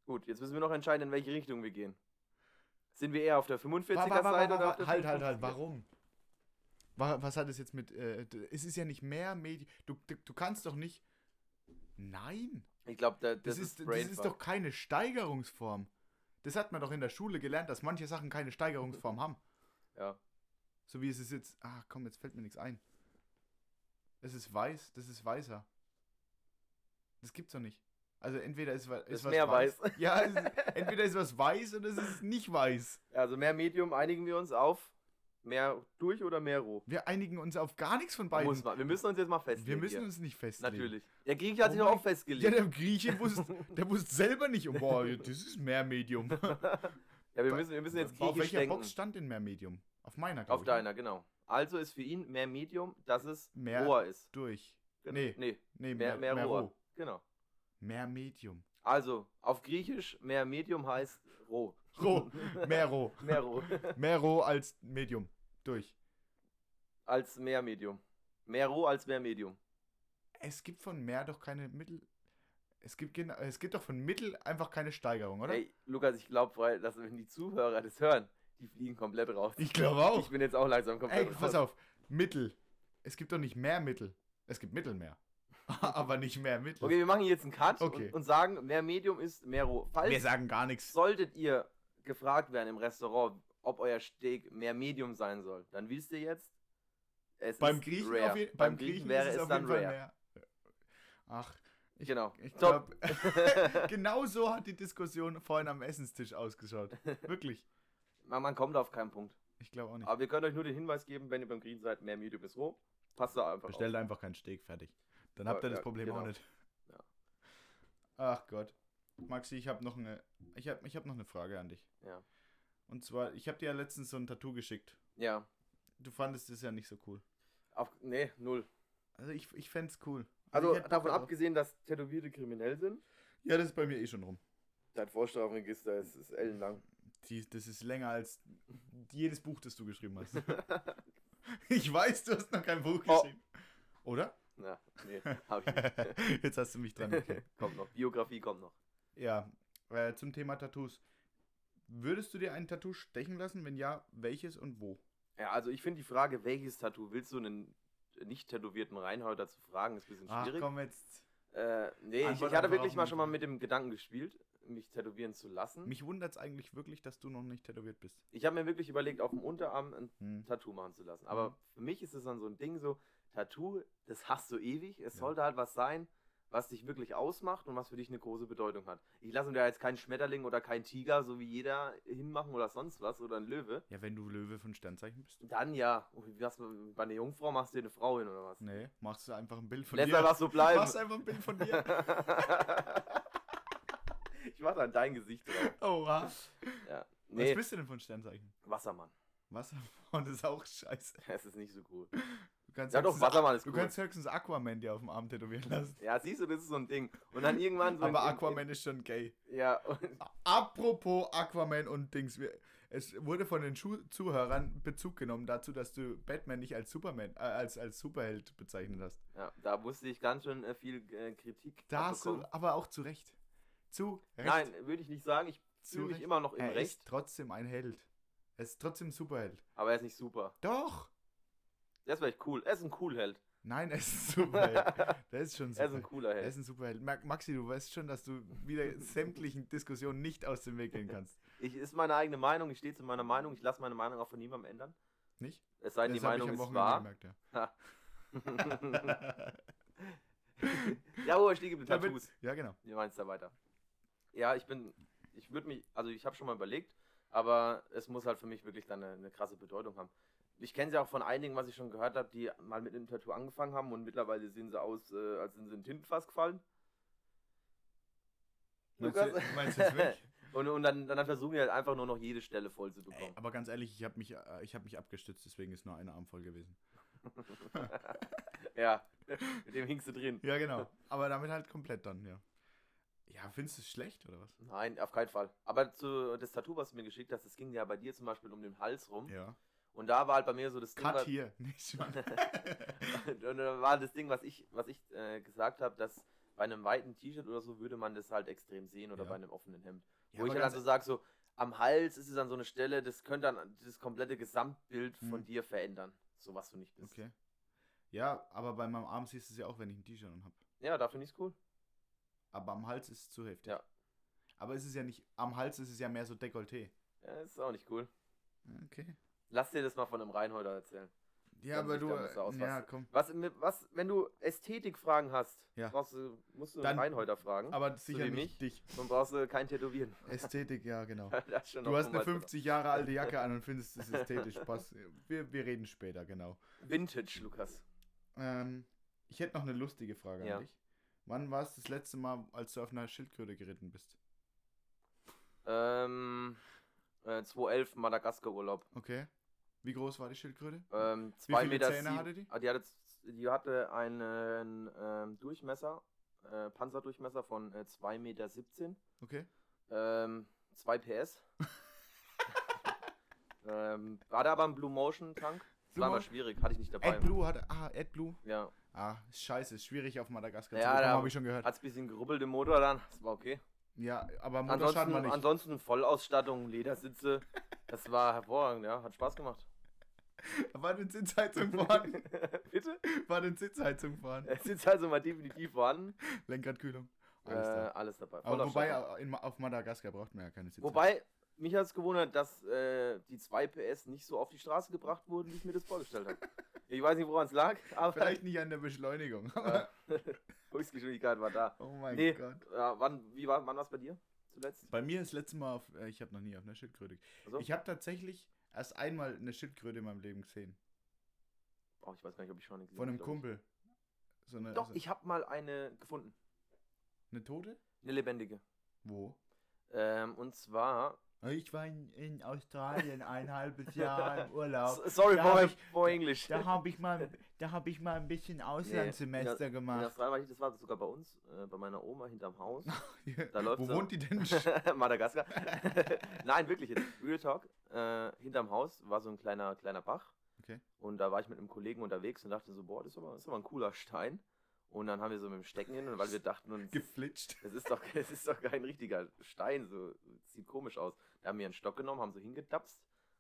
Speaker 1: Gut, jetzt müssen wir noch entscheiden, in welche Richtung wir gehen. Sind wir eher auf der
Speaker 2: Wa- wa- wa- wa-
Speaker 1: 45er-Seite
Speaker 2: wa-
Speaker 1: oder auf der
Speaker 2: halt, halt, halt,
Speaker 1: 55er?
Speaker 2: warum? Wa- Was hat es jetzt mit. Äh, d- es ist ja nicht mehr Medien. Du, du, du kannst doch nicht. Nein!
Speaker 1: Ich glaube, da,
Speaker 2: Das,
Speaker 1: das,
Speaker 2: ist, das
Speaker 1: Brain
Speaker 2: ist
Speaker 1: Fuck.
Speaker 2: doch keine Steigerungsform. Das hat man doch in der Schule gelernt, dass manche Sachen keine Steigerungsform haben.
Speaker 1: Ja.
Speaker 2: So wie es ist jetzt. Ah, komm, jetzt fällt mir nichts ein. Es ist weiß, das ist weißer. Das gibt's doch nicht. Also entweder ist, wa- ist
Speaker 1: ist mehr
Speaker 2: (laughs) Ja, es ist, entweder ist was weiß oder es ist nicht weiß.
Speaker 1: Also mehr Medium einigen wir uns auf. Mehr durch oder mehr roh?
Speaker 2: Wir einigen uns auf gar nichts von beiden.
Speaker 1: Muss man. Wir müssen uns jetzt mal festlegen.
Speaker 2: Wir müssen
Speaker 1: hier.
Speaker 2: uns nicht festlegen.
Speaker 1: Natürlich. Der Grieche hat
Speaker 2: Oh
Speaker 1: sich doch
Speaker 2: mein-
Speaker 1: auch festgelegt.
Speaker 2: Ja, der Grieche wusste, der wusste selber nicht, oh, boah, das ist Mehrmedium.
Speaker 1: (laughs) Ja, wir müssen, wir müssen jetzt
Speaker 2: Auf
Speaker 1: griechisch
Speaker 2: welcher
Speaker 1: denken.
Speaker 2: Box stand denn Mehrmedium? Auf meiner, glaub
Speaker 1: Auf
Speaker 2: ich, ne?
Speaker 1: deiner, genau. Also ist für ihn mehr Medium, dass es
Speaker 2: Mehr-
Speaker 1: roher ist.
Speaker 2: Durch.
Speaker 1: Genau.
Speaker 2: Nee.
Speaker 1: Nee,
Speaker 2: Nee,
Speaker 1: mehr, mehr, roher.
Speaker 2: roh.
Speaker 1: Genau.
Speaker 2: Mehrmedium.
Speaker 1: Also, auf Griechisch, mehr Medium heißt roh. (laughs)
Speaker 2: Roh. Mehr roh.
Speaker 1: Mehr roh. (laughs)
Speaker 2: Mehr roh als Medium. Durch.
Speaker 1: als mehr Medium. Mehr roh als mehr Medium.
Speaker 2: Es gibt von mehr doch keine Mittel. Es gibt, gena- es gibt doch von Mittel einfach keine Steigerung, oder?
Speaker 1: Ey, Lukas, ich glaube, dass wenn die Zuhörer das hören, die fliegen komplett raus.
Speaker 2: Ich glaube auch.
Speaker 1: Ich bin jetzt auch langsam
Speaker 2: Ey,
Speaker 1: komplett raus.
Speaker 2: pass auf. Mittel. Es gibt doch nicht mehr Mittel. Es gibt Mittelmeer. (laughs) Aber nicht mehr Mittel.
Speaker 1: Okay, wir machen jetzt einen Cut
Speaker 2: Okay.
Speaker 1: und, und sagen, mehr Medium ist mehr roh.
Speaker 2: Wir
Speaker 1: Falls
Speaker 2: sagen gar nichts.
Speaker 1: solltet ihr gefragt werden im Restaurant, ob euer Steak mehr Medium sein soll, dann wisst ihr jetzt, es
Speaker 2: Beim
Speaker 1: ist
Speaker 2: Griechen,
Speaker 1: rare.
Speaker 2: auf je, beim
Speaker 1: beim
Speaker 2: Griechen,
Speaker 1: Griechen wäre
Speaker 2: ist
Speaker 1: es,
Speaker 2: es auf
Speaker 1: dann
Speaker 2: jeden Fall
Speaker 1: rare.
Speaker 2: mehr. Ach, ich,
Speaker 1: Genau.
Speaker 2: ich
Speaker 1: Top.
Speaker 2: glaube, (laughs) genau so hat die Diskussion vorhin am
Speaker 1: (laughs)
Speaker 2: Essenstisch ausgeschaut. Wirklich.
Speaker 1: man, man kommt auf keinen Punkt.
Speaker 2: Ich glaube auch nicht.
Speaker 1: Aber wir können euch nur den Hinweis geben, wenn ihr beim Griechen seid, mehr Medium ist roh. Passt da einfach
Speaker 2: Bestellt einfach keinen Steak, fertig. Dann
Speaker 1: Ja,
Speaker 2: habt ihr das
Speaker 1: ja,
Speaker 2: Problem auch
Speaker 1: genau.
Speaker 2: nicht.
Speaker 1: Ja.
Speaker 2: Ach Gott. Maxi, ich habe noch eine ich hab, ich hab noch eine Frage an dich.
Speaker 1: Ja.
Speaker 2: Und zwar, ich habe dir ja letztens so ein Tattoo geschickt.
Speaker 1: auf. Ja.
Speaker 2: Du fandest es ja nicht so cool.
Speaker 1: Auf, nee, null.
Speaker 2: Also ich, ich fände es cool.
Speaker 1: Also
Speaker 2: ich hätt Bock
Speaker 1: davon
Speaker 2: darauf.
Speaker 1: abgesehen, dass Tätowierte kriminell sind,
Speaker 2: Ja, das ist bei mir eh schon rum.
Speaker 1: dein Vorstrafenregister ist, ist ellenlang.
Speaker 2: Die, das ist länger als jedes Buch, das du geschrieben
Speaker 1: (laughs)
Speaker 2: hast. ich weiß, du hast noch kein Buch
Speaker 1: Oh.
Speaker 2: geschrieben. Oder?
Speaker 1: (laughs)
Speaker 2: (laughs)
Speaker 1: Na, nee, hab ich nicht.
Speaker 2: Jetzt hast du mich
Speaker 1: (laughs)
Speaker 2: dran. Okay.
Speaker 1: kommt noch. Biografie kommt noch.
Speaker 2: Ja, äh, zum Thema Tattoos. Würdest du dir ein Tattoo stechen lassen? Wenn ja, welches und wo?
Speaker 1: Ja, also ich finde die Frage, welches Tattoo willst du einen nicht tätowierten Reinhäuter zu fragen, ist ein bisschen
Speaker 2: Ach
Speaker 1: schwierig.
Speaker 2: Ah, komm jetzt.
Speaker 1: Äh, nee, ich,
Speaker 2: Antwort
Speaker 1: ich hatte
Speaker 2: einfach
Speaker 1: wirklich
Speaker 2: auf
Speaker 1: mal
Speaker 2: den-
Speaker 1: schon mal mit dem Gedanken gespielt, mich tätowieren zu lassen.
Speaker 2: Mich wundert es eigentlich wirklich, dass du noch nicht tätowiert bist.
Speaker 1: Ich habe mir wirklich überlegt, auf dem Unterarm ein
Speaker 2: Hm.
Speaker 1: Tattoo machen zu lassen. Aber
Speaker 2: Mhm.
Speaker 1: für mich ist es dann so ein Ding so, Tattoo, das hast du ewig. Es
Speaker 2: Ja.
Speaker 1: sollte halt was sein, was dich wirklich ausmacht und was für dich eine große Bedeutung hat. Ich lasse mir da jetzt keinen Schmetterling oder keinen Tiger, so wie jeder, hinmachen oder sonst was oder ein Löwe.
Speaker 2: Ja, wenn du Löwe von Sternzeichen bist.
Speaker 1: Dann ja. Und was, bei einer Jungfrau machst du dir eine Frau hin oder was?
Speaker 2: Nee, machst du einfach ein Bild von
Speaker 1: Lässt
Speaker 2: dir.
Speaker 1: einfach so bleiben.
Speaker 2: Machst einfach ein Bild von dir.
Speaker 1: (laughs) ich mach dann dein Gesicht drauf.
Speaker 2: Oha.
Speaker 1: Ja.
Speaker 2: Was
Speaker 1: Nee,
Speaker 2: bist du denn von Sternzeichen?
Speaker 1: Wassermann. (laughs)
Speaker 2: Wassermann ist auch scheiße.
Speaker 1: Das ist nicht so cool.
Speaker 2: Du kannst
Speaker 1: Ja doch,
Speaker 2: höchstens-
Speaker 1: Wassermann ist
Speaker 2: Du
Speaker 1: cool.
Speaker 2: kannst höchstens Aquaman dir auf dem Arm tätowieren lassen.
Speaker 1: Ja, siehst du, das ist so ein Ding. Und dann irgendwann so.
Speaker 2: Aber
Speaker 1: in- in-
Speaker 2: Aquaman ist schon gay.
Speaker 1: In, ja, und,
Speaker 2: Apropos Aquaman und Dings. Wir, es wurde von den Schu Zuhörern Bezug genommen dazu, dass du Batman nicht als Superman, äh, als, als Superheld bezeichnet hast.
Speaker 1: ja, da musste ich ganz schön äh, viel äh, Kritik.
Speaker 2: Da hast du
Speaker 1: abbekommen.
Speaker 2: aber auch zu Recht. Zu Recht.
Speaker 1: Nein, würde ich nicht sagen. Ich
Speaker 2: zu
Speaker 1: fühle mich
Speaker 2: Recht.
Speaker 1: immer noch im
Speaker 2: er
Speaker 1: Recht,
Speaker 2: ist trotzdem ein Held. Er ist trotzdem ein Superheld.
Speaker 1: aber er ist nicht super.
Speaker 2: Doch!
Speaker 1: Das wäre echt cool. Er ist ein cool Held.
Speaker 2: Nein, er ist ein
Speaker 1: (laughs)
Speaker 2: Superheld. Der ist schon ein
Speaker 1: Er ist ein
Speaker 2: Superheld.
Speaker 1: cooler
Speaker 2: Er
Speaker 1: Held.
Speaker 2: ist ein Superheld. Ma- Maxi, du weißt schon, dass du
Speaker 1: (laughs)
Speaker 2: wieder sämtlichen Diskussionen nicht aus dem Weg gehen kannst.
Speaker 1: Ich ist meine eigene Meinung. Ich stehe zu meiner Meinung. Ich lasse meine Meinung auch von niemandem ändern.
Speaker 2: Nicht?
Speaker 1: Es sei denn, die
Speaker 2: Das habe ich
Speaker 1: Meinung
Speaker 2: am
Speaker 1: ist
Speaker 2: Wochenende
Speaker 1: wahr.
Speaker 2: gemerkt, ja.
Speaker 1: (laughs) ja, wo ich liege mit
Speaker 2: Damit-
Speaker 1: Tattoos.
Speaker 2: ja, genau.
Speaker 1: Wie meinst du da weiter? Ja, ich bin, ich würde mich, also ich habe schon mal überlegt, aber es muss halt für mich wirklich dann eine, eine krasse Bedeutung haben. Ich kenne sie auch von einigen, was ich schon gehört habe, die mal mit einem Tattoo angefangen haben und mittlerweile sehen sie aus, äh, als sind sie in Tintenfass gefallen.
Speaker 2: Meinst du,
Speaker 1: Lukas?
Speaker 2: meinst du jetzt wirklich?
Speaker 1: Und, und dann, dann versuchen die halt einfach nur noch jede Stelle voll zu
Speaker 2: Ey,
Speaker 1: bekommen.
Speaker 2: aber ganz ehrlich, ich habe mich, äh, ich hab mich abgestützt, deswegen ist nur eine Arm voll gewesen.
Speaker 1: ja, (laughs) mit dem hingst du drin. (laughs)
Speaker 2: Ja, genau. Aber damit halt komplett dann, ja. Ja, findest du es schlecht oder was?
Speaker 1: Nein, auf keinen Fall. Aber zu, das Tattoo, was du mir geschickt hast, das ging ja bei dir zum Beispiel um den Hals rum.
Speaker 2: Ja.
Speaker 1: Und da war halt bei mir so das Ding,
Speaker 2: Cut
Speaker 1: was- (laughs)
Speaker 2: hier. (laughs) Nicht schon.
Speaker 1: und da war das Ding, was ich, was ich äh, gesagt habe, dass bei einem weiten T-Shirt oder so würde man das halt extrem sehen oder
Speaker 2: Ja.
Speaker 1: bei einem offenen Hemd.
Speaker 2: Ja,
Speaker 1: Wo
Speaker 2: aber
Speaker 1: ich halt
Speaker 2: ganz- e-
Speaker 1: also sage, so am Hals ist es an so eine Stelle, das könnte dann das komplette Gesamtbild von
Speaker 2: Hm.
Speaker 1: dir verändern, so was du nicht bist.
Speaker 2: Okay. Ja, aber bei meinem Arm siehst du es ja auch, wenn ich ein T-Shirt an habe.
Speaker 1: Ja, dafür nicht cool.
Speaker 2: Aber am Hals ist es zu heftig.
Speaker 1: Ja.
Speaker 2: Aber es ist ja nicht, am Hals ist es ja mehr so Dekolleté.
Speaker 1: Ja, ist auch nicht cool.
Speaker 2: Okay.
Speaker 1: Lass dir das mal von einem Reinholder erzählen.
Speaker 2: Ja,
Speaker 1: Dann
Speaker 2: aber
Speaker 1: sieht
Speaker 2: du,
Speaker 1: er besser aus,
Speaker 2: ja,
Speaker 1: was-
Speaker 2: komm.
Speaker 1: Was, mit- was wenn du Ästhetikfragen hast,
Speaker 2: Ja.
Speaker 1: brauchst du, musst du
Speaker 2: Dann-
Speaker 1: einen Reinholder fragen.
Speaker 2: Aber sicher
Speaker 1: wie
Speaker 2: nicht dich.
Speaker 1: Dann brauchst du kein Tätowieren. (laughs)
Speaker 2: Ästhetik, ja, genau.
Speaker 1: Das ist schon
Speaker 2: Du
Speaker 1: noch
Speaker 2: hast eine
Speaker 1: mal (laughs)
Speaker 2: 50 Jahre alte Jacke an und findest es ästhetisch. Passt. Wir, wir reden später, genau.
Speaker 1: Vintage, Lukas.
Speaker 2: Ähm, ich hätte noch eine lustige Frage
Speaker 1: Ja.
Speaker 2: an dich. Wann war es das letzte Mal, als du auf einer Schildkröte geritten bist?
Speaker 1: Ähm, äh, 2011 Madagaskar-Urlaub.
Speaker 2: Okay. Wie groß war die Schildkröte?
Speaker 1: Ähm,
Speaker 2: Wie
Speaker 1: zwei
Speaker 2: viele
Speaker 1: Meter
Speaker 2: Zähne
Speaker 1: sieben-
Speaker 2: hatte die?
Speaker 1: Ah, Die hatte, z- die hatte einen ähm, Durchmesser, äh, Panzerdurchmesser von äh, 2,17 Meter.
Speaker 2: Okay.
Speaker 1: Ähm, 2
Speaker 2: (laughs)
Speaker 1: PS. ähm, war da aber ein Blue Motion Tank? Das war
Speaker 2: Blue
Speaker 1: mal
Speaker 2: Mo-
Speaker 1: schwierig, hatte ich nicht dabei.
Speaker 2: AdBlue hat. Ah, AdBlue.
Speaker 1: Ja,
Speaker 2: Ah, ist scheiße, ist schwierig auf Madagaskar
Speaker 1: Ja,
Speaker 2: zu bekommen,
Speaker 1: da-
Speaker 2: habe ich schon gehört.
Speaker 1: hat es ein bisschen gerubbelt im Motor dann, das war okay.
Speaker 2: Ja, aber Motorschaden
Speaker 1: Ansonsten,
Speaker 2: war nicht.
Speaker 1: ansonsten Vollausstattung, Ledersitze, das war hervorragend, ja, hat Spaß
Speaker 2: (laughs)
Speaker 1: gemacht.
Speaker 2: War eine Sitzheizung (laughs) vorhanden?
Speaker 1: (laughs) Bitte?
Speaker 2: War eine Sitzheizung vorhanden?
Speaker 1: Es ist also mal definitiv vorhanden.
Speaker 2: Lenkradkühlung. Alles
Speaker 1: Alles, äh,
Speaker 2: da.
Speaker 1: alles dabei.
Speaker 2: Aber wobei,
Speaker 1: Vollausstattung.
Speaker 2: äh, in, Ma- auf Madagaskar braucht man ja keine Sitzheizung.
Speaker 1: wobei mich hat es gewundert, dass äh, die 2 PS nicht so auf die Straße gebracht wurden, wie ich mir das vorgestellt habe. Ich weiß nicht, woran es lag, aber
Speaker 2: Vielleicht nicht an der Beschleunigung.
Speaker 1: (laughs)
Speaker 2: (laughs)
Speaker 1: äh, Höchstgeschwindigkeit war da.
Speaker 2: oh mein
Speaker 1: nee.
Speaker 2: Gott.
Speaker 1: Ja, wann, wie war, wann war es bei dir zuletzt?
Speaker 2: Bei mir ist letztes Mal, auf, äh, ich habe noch nie auf einer Schildkröte.
Speaker 1: Also,
Speaker 2: Ich habe tatsächlich erst einmal eine Schildkröte in meinem Leben gesehen.
Speaker 1: oh, ich weiß gar nicht, ob ich schon eine gesehen
Speaker 2: Von einem äh, also
Speaker 1: hab, glaub
Speaker 2: Kumpel. So eine,
Speaker 1: Ich. Doch,
Speaker 2: so
Speaker 1: ich habe mal eine gefunden.
Speaker 2: eine Tote?
Speaker 1: Eine lebendige.
Speaker 2: Wo?
Speaker 1: Ähm, und zwar.
Speaker 2: Ich war in, in Australien ein halbes Jahr im (laughs) Urlaub.
Speaker 1: S- Sorry
Speaker 2: da
Speaker 1: for,
Speaker 2: hab
Speaker 1: my-
Speaker 2: ich-
Speaker 1: for English.
Speaker 2: Da habe ich mal, da habe ich mal ein bisschen Auslandssemester
Speaker 1: In
Speaker 2: gemacht.
Speaker 1: Australien war ich, das war sogar bei uns, äh, bei meiner Oma hinterm
Speaker 2: (laughs)
Speaker 1: Haus. da läuft
Speaker 2: Wo
Speaker 1: so-
Speaker 2: wohnt die denn?
Speaker 1: (laughs) Madagaskar. Nein, wirklich jetzt. Real Talk. Äh, hinterm Haus war so ein kleiner, kleiner Bach.
Speaker 2: Okay.
Speaker 1: Und da war ich mit einem Kollegen unterwegs und dachte so, boah, das ist aber, das ist aber ein cooler Stein. Und dann haben wir so mit dem Stecken hin, und weil wir dachten uns,
Speaker 2: (laughs) (laughs) Geflitscht.
Speaker 1: das ist doch, (laughs) das ist doch kein richtiger Stein, so sieht komisch aus. Da haben wir einen Stock genommen, haben so hingetapst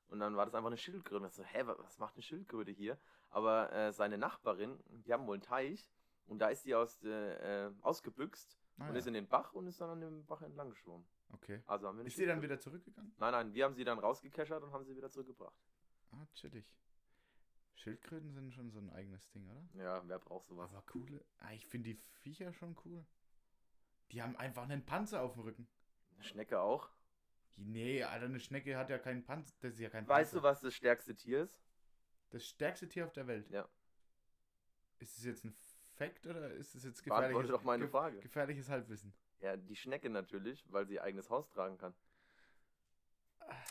Speaker 1: und dann war das einfach eine Schildkröte. Und ich so, hä, wa- was macht eine Schildkröte hier? Aber äh, seine Nachbarin, die haben wohl einen Teich und da ist die aus der, äh, ausgebüxt
Speaker 2: Ah,
Speaker 1: und
Speaker 2: ja.
Speaker 1: ist in den Bach und ist dann an dem Bach entlang geschwommen.
Speaker 2: Okay.
Speaker 1: Also haben wir eine
Speaker 2: Ist sie dann
Speaker 1: Schildkröte-
Speaker 2: wieder zurückgegangen?
Speaker 1: Nein, nein, wir haben sie dann rausgekeschert und haben sie wieder zurückgebracht.
Speaker 2: Ah, chillig. Schildkröten sind schon so ein eigenes Ding, oder?
Speaker 1: Ja, wer braucht sowas?
Speaker 2: Aber coole. Ah, ich finde die Viecher schon cool. Die haben einfach einen Panzer auf dem Rücken.
Speaker 1: Eine Schnecke auch.
Speaker 2: Nee, Alter, eine Schnecke hat ja keinen Panzer. Das ist ja kein
Speaker 1: Weißt
Speaker 2: Panzer.
Speaker 1: du, was das stärkste Tier ist?
Speaker 2: Das stärkste Tier auf der Welt.
Speaker 1: Ja.
Speaker 2: Ist es jetzt ein Fact oder ist es jetzt gefährliches,
Speaker 1: Beantworte doch meine
Speaker 2: gef-
Speaker 1: Frage.
Speaker 2: gefährliches Halbwissen?
Speaker 1: Ja, die Schnecke natürlich, weil sie ihr eigenes Haus tragen kann.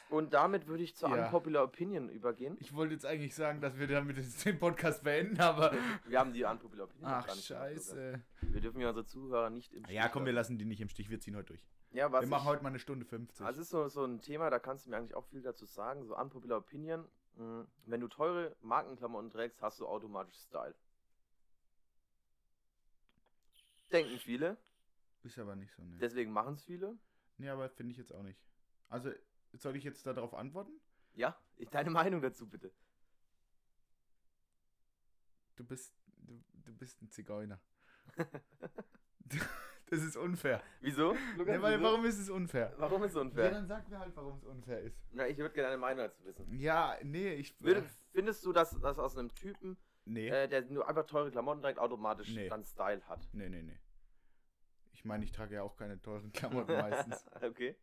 Speaker 1: Und damit würde ich zur
Speaker 2: Ja.
Speaker 1: Unpopular Opinion übergehen.
Speaker 2: Ich wollte jetzt eigentlich sagen, dass wir damit jetzt den Podcast beenden, aber.
Speaker 1: (laughs) Wir haben die Unpopular Opinion noch
Speaker 2: Ach,
Speaker 1: gar nicht gemacht, Lukas.
Speaker 2: scheiße.
Speaker 1: Wir dürfen ja unsere Zuhörer nicht im Stich
Speaker 2: Ah Ja, komm, wir
Speaker 1: lassen.
Speaker 2: lassen die nicht im Stich, wir ziehen heute durch.
Speaker 1: Ja, was
Speaker 2: wir
Speaker 1: ich, Also
Speaker 2: machen heute mal eine Stunde 50.
Speaker 1: Das ist so, so ein Thema, da kannst du mir eigentlich auch viel dazu sagen. So Unpopular Opinion. mh, Wenn du teure Markenklamotten trägst, hast du automatisch Style. Denken viele,
Speaker 2: ist aber nicht so, ne.
Speaker 1: deswegen machen es viele.
Speaker 2: Nee, aber finde ich jetzt auch nicht. Also, soll ich jetzt darauf antworten?
Speaker 1: Ja, ich- deine Meinung dazu bitte.
Speaker 2: Du bist, du, du bist ein Zigeuner. (laughs) das ist unfair.
Speaker 1: Wieso?
Speaker 2: Nee,
Speaker 1: Lukas,
Speaker 2: weil,
Speaker 1: wieso?
Speaker 2: warum ist es unfair?
Speaker 1: warum ist es
Speaker 2: Ja,
Speaker 1: unfair?
Speaker 2: dann sag mir halt, warum es unfair ist.
Speaker 1: Na, ich würde gerne deine Meinung dazu wissen.
Speaker 2: Ja, nee, ich. äh,
Speaker 1: Würde, findest du, dass das aus einem Typen,
Speaker 2: nee.
Speaker 1: äh, der nur einfach teure Klamotten trägt, automatisch
Speaker 2: Nee.
Speaker 1: dann Style hat?
Speaker 2: nee, nee, nee. Ich meine, ich trage ja auch keine teuren
Speaker 1: (laughs)
Speaker 2: Klamotten meistens.
Speaker 1: okay.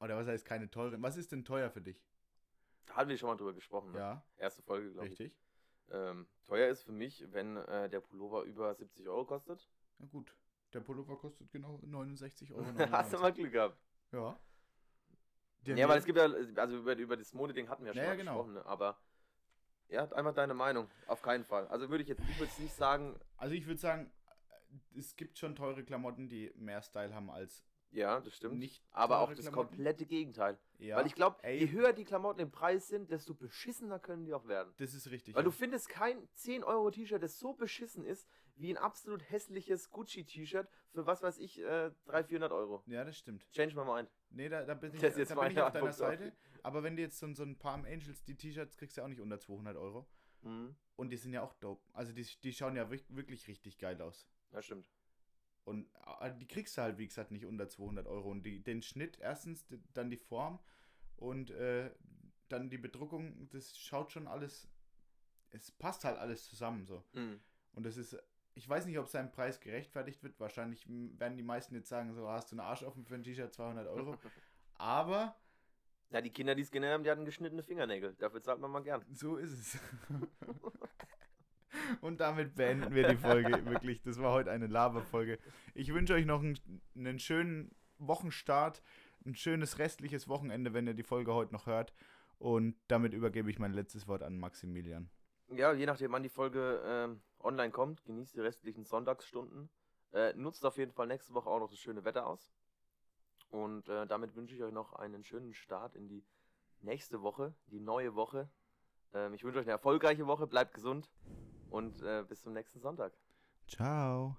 Speaker 2: Oder was heißt keine teuren? Was ist denn teuer für dich?
Speaker 1: Da hatten wir schon mal drüber gesprochen. Ne?
Speaker 2: Ja,
Speaker 1: Erste Folge, glaube ich.
Speaker 2: richtig.
Speaker 1: Ähm, teuer ist für mich, wenn äh, der Pullover über 70 Euro kostet.
Speaker 2: Na gut. Der Pullover kostet genau 69 Euro.
Speaker 1: (laughs) Hast du mal Glück gehabt.
Speaker 2: Ja.
Speaker 1: Ja,
Speaker 2: Der
Speaker 1: weil es gibt ja, also über, über das Mode-Ding hatten wir ja schon
Speaker 2: Ja,
Speaker 1: mal
Speaker 2: ja, genau.
Speaker 1: gesprochen, ne? aber ja, einfach deine Meinung. Auf keinen Fall. Also würde ich jetzt, ich würde es nicht sagen,
Speaker 2: äh, Also ich würde sagen, es gibt schon teure Klamotten, die mehr Style haben als
Speaker 1: Ja, das stimmt.
Speaker 2: Nicht
Speaker 1: aber auch
Speaker 2: teure
Speaker 1: das
Speaker 2: Klamotten?
Speaker 1: komplette Gegenteil.
Speaker 2: Ja,
Speaker 1: Weil ich glaube,
Speaker 2: ey.
Speaker 1: je höher die Klamotten im Preis sind, desto beschissener können die auch werden.
Speaker 2: das ist richtig.
Speaker 1: Weil
Speaker 2: ja.
Speaker 1: du findest kein 10-Euro-T-Shirt, das so beschissen ist, wie ein absolut hässliches Gucci-T-Shirt für was weiß ich, äh, 300, 400 Euro.
Speaker 2: ja, das stimmt.
Speaker 1: Change my mind.
Speaker 2: Nee, da, da bin ich,
Speaker 1: Das ist jetzt
Speaker 2: da bin ich
Speaker 1: meine
Speaker 2: auf deiner
Speaker 1: Antwort auf
Speaker 2: Seite. Aber wenn du jetzt so, ein- so ein Palm Angels, die T-Shirts kriegst du ja auch nicht unter 200 Euro.
Speaker 1: Mhm.
Speaker 2: Und die sind ja auch dope. Also die, die schauen ja wirk- wirklich richtig geil aus.
Speaker 1: Ja, stimmt.
Speaker 2: Und äh, die kriegst du halt, wie gesagt, nicht unter 200 Euro. Und die, den Schnitt, erstens, d- dann die Form und äh, dann die Bedruckung, das schaut schon alles. Es passt halt alles zusammen so.
Speaker 1: (laughs) Mhm.
Speaker 2: Und das ist, ich weiß nicht, ob sein Preis gerechtfertigt wird. Wahrscheinlich m, werden die meisten jetzt sagen, so "Ah, hast du einen Arsch offen für ein T-Shirt 200 Euro. Aber
Speaker 1: Na, die Kinder, die es generell haben, die hatten geschnittene Fingernägel. Dafür zahlt man mal gern.
Speaker 2: so ist es. (laughs) Und damit beenden wir die Folge wirklich. Das war heute eine Laberfolge. Ich wünsche euch noch einen, einen schönen Wochenstart, ein schönes restliches Wochenende, wenn ihr die Folge heute noch hört. Und damit übergebe ich mein letztes Wort an Maximilian.
Speaker 1: Ja, je nachdem, wann die Folge ähm, online kommt, genießt die restlichen Sonntagsstunden. Äh, nutzt auf jeden Fall nächste Woche auch noch das schöne Wetter aus. Und äh, damit wünsche ich euch noch einen schönen Start in die nächste Woche, die neue Woche. Ähm, ich wünsche euch eine erfolgreiche Woche, bleibt gesund und äh, bis zum nächsten Sonntag.
Speaker 2: Ciao.